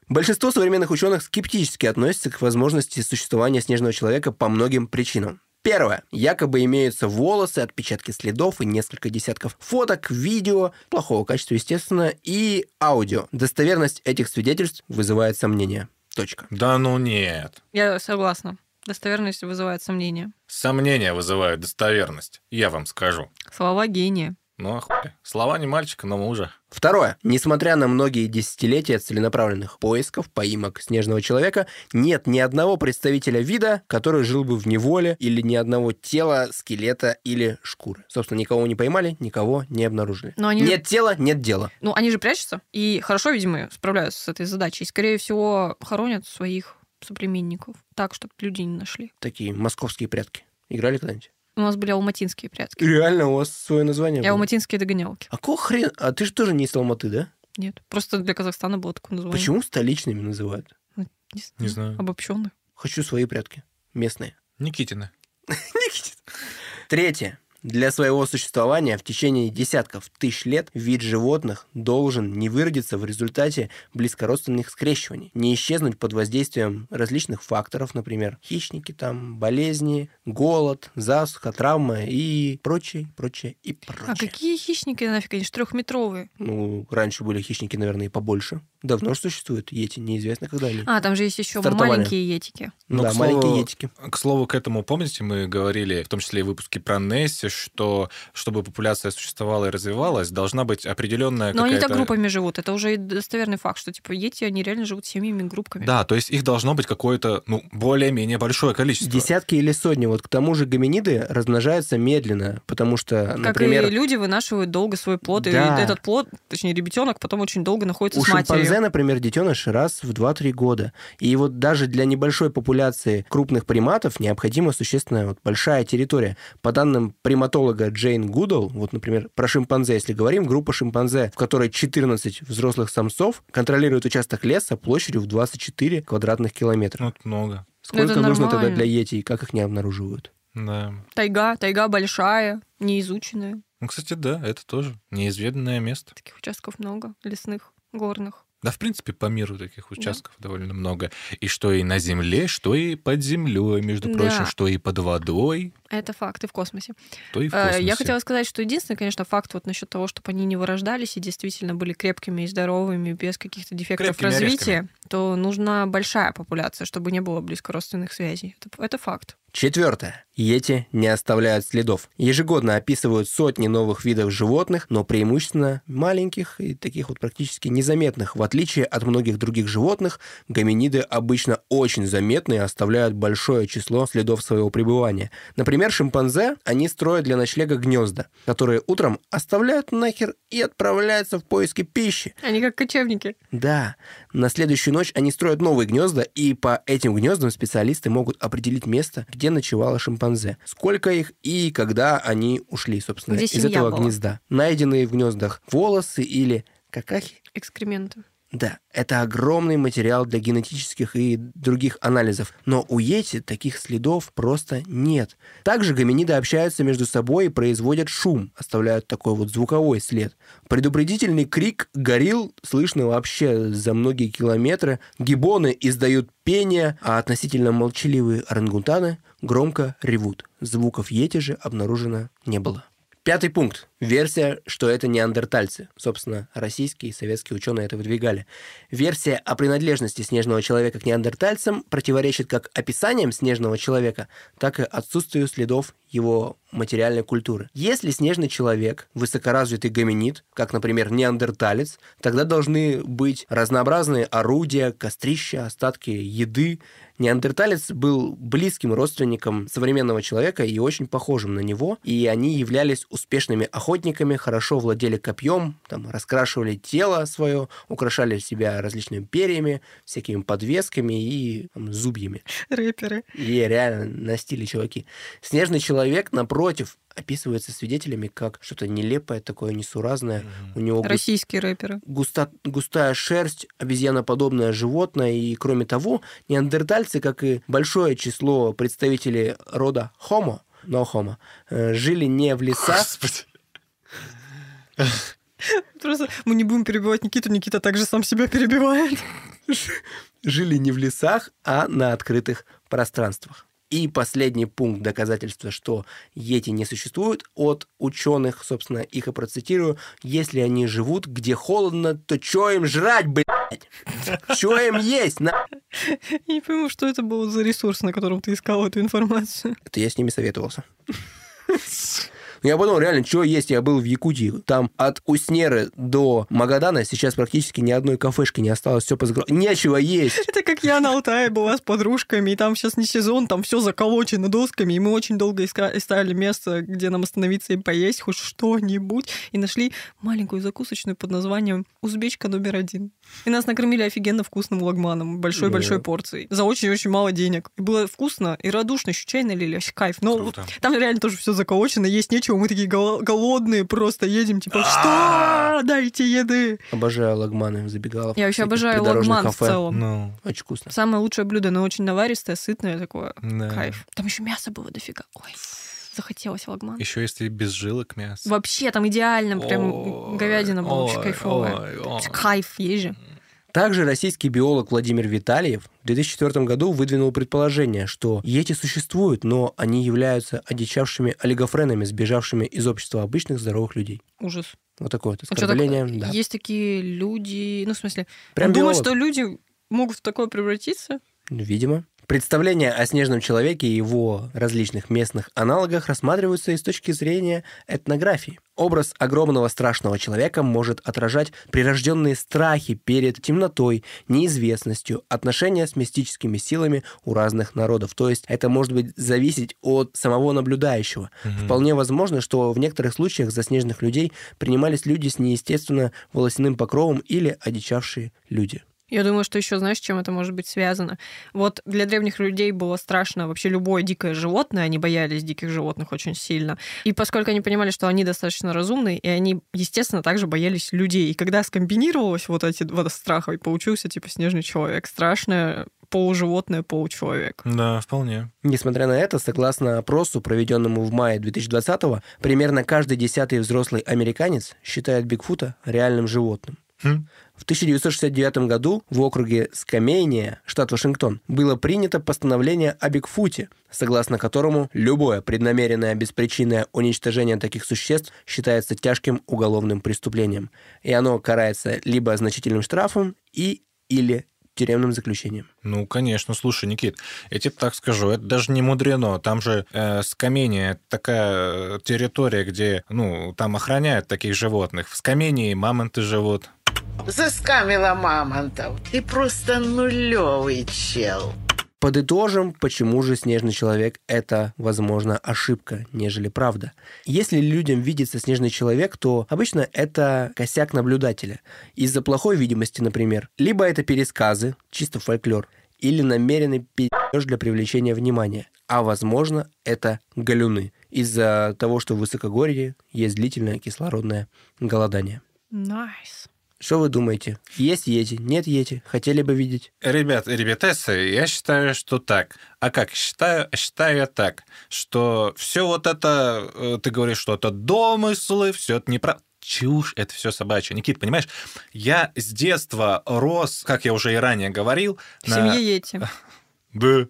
[SPEAKER 2] Большинство современных ученых скептически относятся к возможности существования снежного человека по многим причинам. Первое. Якобы имеются волосы, отпечатки следов и несколько десятков фоток, видео, плохого качества, естественно, и аудио. Достоверность этих свидетельств вызывает сомнения. Точка.
[SPEAKER 3] Да ну нет.
[SPEAKER 4] Я согласна. Достоверность вызывает сомнения.
[SPEAKER 3] Сомнения вызывают достоверность. Я вам скажу.
[SPEAKER 4] Слова гения.
[SPEAKER 3] Ну, охуй. Слова не мальчика, но мужа.
[SPEAKER 2] Второе. Несмотря на многие десятилетия целенаправленных поисков, поимок снежного человека, нет ни одного представителя вида, который жил бы в неволе, или ни одного тела, скелета или шкуры. Собственно, никого не поймали, никого не обнаружили.
[SPEAKER 4] Но они-
[SPEAKER 2] Нет тела, нет дела.
[SPEAKER 4] Ну, они же прячутся и хорошо, видимо, справляются с этой задачей. И, скорее всего, хоронят своих соплеменников так, чтобы людей не нашли.
[SPEAKER 2] Такие московские прятки. Играли когда-нибудь?
[SPEAKER 4] У нас были алматинские прятки.
[SPEAKER 2] Реально, у вас свое название
[SPEAKER 4] Я
[SPEAKER 2] было?
[SPEAKER 4] алматинские догонялки.
[SPEAKER 2] А какого хрена? А ты же тоже не из Алматы, да?
[SPEAKER 4] Нет, просто для Казахстана было такое название.
[SPEAKER 2] Почему столичными называют?
[SPEAKER 3] Не знаю.
[SPEAKER 4] Обобщенный.
[SPEAKER 2] Хочу свои прятки. Местные.
[SPEAKER 3] Никитина.
[SPEAKER 2] Третье. Для своего существования в течение десятков тысяч лет вид животных должен не выродиться в результате близкородственных скрещиваний, не исчезнуть под воздействием различных факторов, например, хищники там, болезни, голод, засуха, травма и прочее, прочее и прочее.
[SPEAKER 4] А какие хищники нафиг? Они же трехметровые.
[SPEAKER 2] Ну, раньше были хищники, наверное, и побольше. Давно же существуют ети, неизвестно когда они.
[SPEAKER 4] А, там же есть еще
[SPEAKER 2] Стартовали.
[SPEAKER 4] маленькие етики.
[SPEAKER 3] Ну,
[SPEAKER 2] да,
[SPEAKER 3] к слову,
[SPEAKER 2] маленькие етики.
[SPEAKER 3] К слову, к этому, помните, мы говорили, в том числе и в выпуске про Несси, что чтобы популяция существовала и развивалась, должна быть определенная
[SPEAKER 4] Но они
[SPEAKER 3] какая-то...
[SPEAKER 4] так группами живут. Это уже и достоверный факт, что типа дети, они реально живут семьями, группками.
[SPEAKER 3] Да, то есть их должно быть какое-то, ну, более-менее большое количество.
[SPEAKER 2] Десятки или сотни. Вот к тому же гоминиды размножаются медленно, потому что,
[SPEAKER 4] Как
[SPEAKER 2] например,
[SPEAKER 4] и люди вынашивают долго свой плод,
[SPEAKER 2] Да.
[SPEAKER 4] и этот плод, точнее, ребятенок потом очень долго находится
[SPEAKER 2] У
[SPEAKER 4] с матерью.
[SPEAKER 2] шимпанзе, например, детеныш раз в 2-3 года. И вот даже для небольшой популяции крупных приматов необходима существенная вот большая территория. По данным приматолога Джейн Гудл, вот, например, про шимпанзе, если говорим, группа шимпанзе, в которой 14 взрослых самцов, контролирует участок леса площадью в 24 квадратных километра.
[SPEAKER 3] Ну, это много.
[SPEAKER 4] Ну, это
[SPEAKER 2] Сколько нужно тогда
[SPEAKER 4] нормально.
[SPEAKER 2] для йети и как их не обнаруживают?
[SPEAKER 3] Да.
[SPEAKER 4] Тайга, тайга большая, неизученная.
[SPEAKER 3] Ну, кстати, да, это тоже неизведанное место.
[SPEAKER 4] Таких участков много, лесных, горных.
[SPEAKER 3] Да, в принципе, по миру таких участков довольно много. И что и на земле, что и под землей, между
[SPEAKER 4] Да.
[SPEAKER 3] прочим, что и под водой,
[SPEAKER 4] Это факт, и в космосе.
[SPEAKER 3] то и в
[SPEAKER 4] Э,
[SPEAKER 3] космосе.
[SPEAKER 4] Я хотела сказать, что единственный, конечно, факт вот насчет того, чтобы они не вырождались и действительно были крепкими и здоровыми, без каких-то дефектов
[SPEAKER 3] Крепкими а
[SPEAKER 4] развития, то нужна большая популяция, чтобы не было близкородственных связей. Это, это факт.
[SPEAKER 2] Четвертое. Йети не оставляют следов. Ежегодно описывают сотни новых видов животных, но преимущественно маленьких и таких вот практически незаметных. В отличие от многих других животных, гоминиды обычно очень заметны и оставляют большое число следов своего пребывания. Например, шимпанзе они строят для ночлега гнезда, которые утром оставляют нахер и отправляются в поиски пищи.
[SPEAKER 4] Они как кочевники.
[SPEAKER 2] Да, на следующую ночь они строят новые гнезда, и по этим гнездам специалисты могут определить место, где ночевало шимпанзе, сколько их и когда они ушли, собственно,
[SPEAKER 4] Где
[SPEAKER 2] из
[SPEAKER 4] семья
[SPEAKER 2] этого
[SPEAKER 4] была.
[SPEAKER 2] гнезда. Найденные в гнездах волосы или какахи
[SPEAKER 4] Экскременты.
[SPEAKER 2] да, это огромный материал для генетических и других анализов, но у Йети таких следов просто нет. Также гоминиды общаются между собой и производят шум, оставляют такой вот звуковой след. Предупредительный крик горилл слышно вообще за многие километры, гибоны издают пение, а относительно молчаливые орангутаны громко ревут. Звуков Йети же обнаружено не было. Пятый пункт. Версия, что это неандертальцы. Собственно, российские и советские ученые это выдвигали. Версия о принадлежности снежного человека к неандертальцам противоречит как описаниям снежного человека, так и отсутствию следов его материальной культуры. Если снежный человек – высокоразвитый гоминид, как, например, неандерталец, тогда должны быть разнообразные орудия, кострища, остатки еды. Неандерталец был близким родственником современного человека и очень похожим на него, и они являлись успешными охотниками, хорошо владели копьем, там, раскрашивали тело свое, украшали себя различными перьями, всякими подвесками и там, зубьями.
[SPEAKER 4] Рэперы.
[SPEAKER 2] И реально на стиле чуваки. Снежный человек, напротив, описывается свидетелями как что-то нелепое, такое несуразное. У него гу-
[SPEAKER 4] Российские рэперы.
[SPEAKER 2] густа- густая шерсть, обезьяноподобное животное. И, кроме того, неандертальцы, как и большое число представителей рода Homo, но Homo, э, жили не в лесах,
[SPEAKER 3] Господи.
[SPEAKER 4] Просто мы не будем перебивать Никиту, Никита также сам себя перебивает.
[SPEAKER 2] жили не в лесах, а на открытых пространствах. И последний пункт доказательства, что йети не существуют, от ученых, собственно, их и процитирую. Если они живут, где холодно, то чё им жрать, блядь? Чё им есть? На...
[SPEAKER 4] Я не пойму, что это был за ресурс, на котором ты искал эту информацию.
[SPEAKER 2] Это я с ними советовался. Я подумал, реально, что есть, я был в Якутии. Там от Уснеры до Магадана сейчас практически ни одной кафешки не осталось, все позагрузилось. Нечего есть.
[SPEAKER 4] Это как я на Алтае была с подружками, и там сейчас не сезон, там все заколочено досками, и мы очень долго иска- искали место, где нам остановиться и поесть хоть что-нибудь, и нашли маленькую закусочную под названием «Узбечка номер один». И нас накормили офигенно вкусным лагманом, большой-большой
[SPEAKER 2] Да.
[SPEAKER 4] порцией, за очень-очень мало денег. И было вкусно, и радушно, еще чай налили, вообще кайф. Но
[SPEAKER 3] Круто.
[SPEAKER 4] там реально тоже все заколочено, есть нечего, мы такие гол- голодные, просто едем, типа, что? Дайте еды!
[SPEAKER 2] Обожаю лагманы в забегаловках.
[SPEAKER 4] Я вообще
[SPEAKER 2] всяких
[SPEAKER 4] обожаю
[SPEAKER 2] придорожных
[SPEAKER 4] лагман в
[SPEAKER 2] кафе.
[SPEAKER 4] целом.
[SPEAKER 3] Ну,
[SPEAKER 2] Очень вкусно.
[SPEAKER 4] Самое лучшее блюдо, но очень наваристое, сытное такое.
[SPEAKER 3] да.
[SPEAKER 4] Кайф. Там еще мясо было дофига. Ой, захотелось лагман.
[SPEAKER 3] Еще если без жилок мясо.
[SPEAKER 4] Вообще там идеально, прям
[SPEAKER 3] Ой,
[SPEAKER 4] говядина была вообще
[SPEAKER 3] ой,
[SPEAKER 4] кайфовая.
[SPEAKER 3] ой, ой.
[SPEAKER 4] Кайф, есть же.
[SPEAKER 2] Также российский биолог Владимир Витальев в 2004 году выдвинул предположение, что йети существуют, но они являются одичавшими олигофренами, сбежавшими из общества обычных здоровых людей.
[SPEAKER 4] Ужас.
[SPEAKER 2] Вот такое вот
[SPEAKER 4] А чё так-
[SPEAKER 2] оскорбление. да.
[SPEAKER 4] Есть такие люди... Ну, в смысле,
[SPEAKER 2] Прям
[SPEAKER 4] он думает,
[SPEAKER 2] биолог.
[SPEAKER 4] что люди могут в такое превратиться?
[SPEAKER 2] Ну, Видимо. Представления о снежном человеке и его различных местных аналогах рассматриваются и с точки зрения этнографии. Образ огромного страшного человека может отражать прирожденные страхи перед темнотой, неизвестностью, отношения с мистическими силами у разных народов. То есть это может быть зависеть от самого наблюдающего. Вполне возможно, что в некоторых случаях за снежных людей принимались люди с неестественно волосяным покровом или одичавшие люди.
[SPEAKER 4] Я думаю, что еще знаешь, с чем это может быть связано. Вот для древних людей было страшно вообще любое дикое животное, они боялись диких животных очень сильно. И поскольку они понимали, что они достаточно разумные, и они, естественно, также боялись людей. И когда скомбинировалось вот эти два страха, и получился типа снежный человек, страшное полуживотное, получеловек.
[SPEAKER 3] Да, вполне.
[SPEAKER 2] Несмотря на это, согласно опросу, проведенному в мае 2020-го, примерно каждый десятый взрослый американец считает Бигфута реальным животным.
[SPEAKER 3] Хм.
[SPEAKER 2] В 1969 году в округе Скамейния, штат Вашингтон, было принято постановление о Бигфуте, согласно которому любое преднамеренное беспричинное уничтожение таких существ считается тяжким уголовным преступлением, и оно карается либо значительным штрафом и или тюремным заключением.
[SPEAKER 3] Ну, конечно, слушай, Никит, я тебе так скажу, это даже не мудрено. Там же э, Скамения такая э, территория, где, ну, там охраняют таких животных. В Скамении мамонты живут.
[SPEAKER 9] Заскамила мамонтов. Ты просто нулевый чел.
[SPEAKER 2] Подытожим, почему же «Снежный человек» — это, возможно, ошибка, нежели правда. Если людям видится «Снежный человек», то обычно это косяк наблюдателя. Из-за плохой видимости, например. Либо это пересказы, чисто фольклор, или намеренный пи***ж для привлечения внимания. А, возможно, это галюны. Из-за того, что в высокогорье есть длительное кислородное голодание.
[SPEAKER 4] Найс.
[SPEAKER 2] Что вы думаете? Есть ети? Нет ети? Хотели бы видеть?
[SPEAKER 3] Ребят, ребятессы, я считаю, что так. А как считаю? Считаю я так, что все вот это, э, ты говоришь, что это домыслы, все это неправда. Чушь, это все собачье. Никит, понимаешь, я с детства рос, как я уже и ранее говорил,
[SPEAKER 4] В
[SPEAKER 3] на-
[SPEAKER 4] семье Йети.
[SPEAKER 3] Да.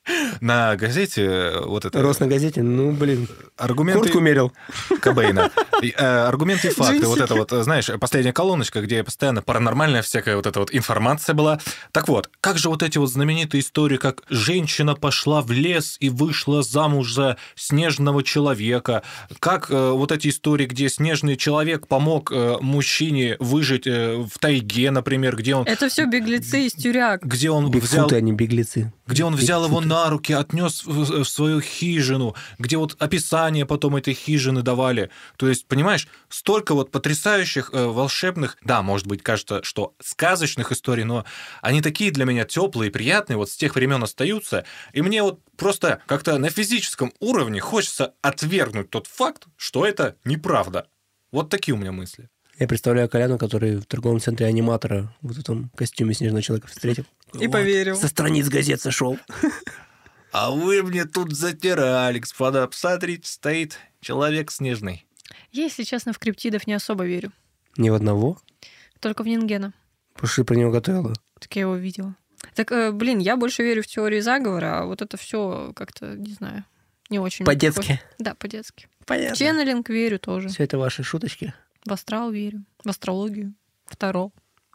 [SPEAKER 3] на газете э, вот это...
[SPEAKER 2] Рос на газете, ну, блин,
[SPEAKER 3] Аргументы...
[SPEAKER 2] куртку мерил.
[SPEAKER 3] Кобейна. И, э, Аргументы и факты. Вот
[SPEAKER 4] Джинсики.
[SPEAKER 3] это вот, э, знаешь, последняя колоночка, где постоянно паранормальная всякая вот эта вот информация была. Так вот, как же вот эти вот знаменитые истории, как женщина пошла в лес и вышла замуж за снежного человека, как э, вот эти истории, где снежный человек помог э, мужчине выжить э, в тайге, например, где он...
[SPEAKER 4] Это все беглецы из тюряк.
[SPEAKER 3] Где он Ну, взял
[SPEAKER 2] Бигфуты, они беглецы.
[SPEAKER 3] где он взял его
[SPEAKER 2] Бигфуты.
[SPEAKER 3] на руки, отнес в, в свою хижину, где вот описание потом этой хижины давали. То есть, понимаешь, столько вот потрясающих, э, волшебных, да, может быть, кажется, что сказочных историй, но они такие для меня теплые, приятные, вот с тех времен остаются. И мне вот просто как-то на физическом уровне хочется отвергнуть тот факт, что это неправда. Вот такие у меня мысли.
[SPEAKER 2] Я представляю Коляна, который в торговом центре аниматора в вот этом костюме снежного человека встретил.
[SPEAKER 4] И поверил.
[SPEAKER 2] Со страниц газет сошел.
[SPEAKER 3] А вы мне тут затирали, господа. Посмотрите, стоит человек снежный.
[SPEAKER 4] Я, если честно, в криптидов не особо верю.
[SPEAKER 2] Ни в одного.
[SPEAKER 4] Только в Нингена.
[SPEAKER 2] Потому что ты про него готовила.
[SPEAKER 4] Так я его видела. Так, э, блин, я больше верю в теории заговора, а вот это все как-то, не знаю, не очень. мне
[SPEAKER 2] По-детски.
[SPEAKER 4] подходит. Да, по-детски. В
[SPEAKER 2] Понятно.
[SPEAKER 4] ченнелинг верю тоже.
[SPEAKER 2] Все это ваши шуточки.
[SPEAKER 4] В астрал верю. В астрологию. В таро.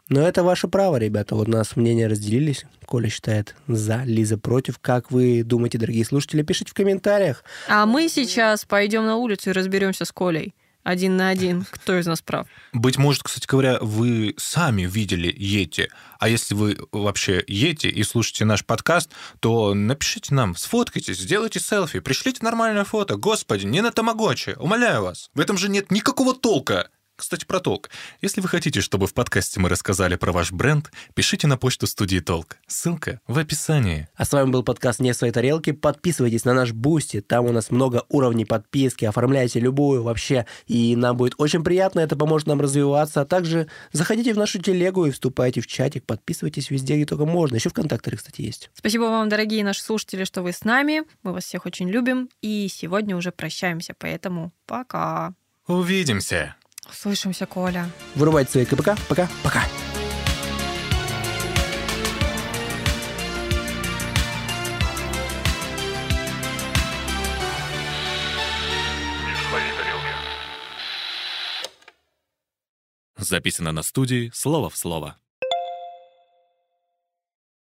[SPEAKER 2] Но это ваше право, ребята. Вот у нас мнения разделились. Коля считает за, Лиза против. Как вы думаете, дорогие слушатели? Пишите в комментариях.
[SPEAKER 4] А мы сейчас пойдем на улицу и разберемся с Колей. Один на один. Кто из нас прав?
[SPEAKER 3] Быть может, кстати говоря, вы сами видели Йети. А если вы вообще Йети и слушаете наш подкаст, то напишите нам, сфоткайтесь, сделайте селфи, пришлите нормальное фото. Господи, не на тамагочи, умоляю вас. В этом же нет никакого толка. Кстати, про толк. Если вы хотите, чтобы в подкасте мы рассказали про ваш бренд, пишите на почту студии Толк. Ссылка в описании.
[SPEAKER 2] А с вами был подкаст «Не в своей тарелке». Подписывайтесь на наш Бусти. Там у нас много уровней подписки. Оформляйте любую вообще. И нам будет очень приятно. Это поможет нам развиваться. А также заходите в нашу телегу и вступайте в чатик. Подписывайтесь везде, где только можно. Еще в контакторе, кстати, есть.
[SPEAKER 4] Спасибо вам, дорогие наши слушатели, что вы с нами. Мы вас всех очень любим. И сегодня уже прощаемся, поэтому пока.
[SPEAKER 3] Увидимся!
[SPEAKER 4] Слышимся, Коля.
[SPEAKER 2] Вырубайте свои КПК. Пока. Пока.
[SPEAKER 10] Записано на студии «Слово в слово».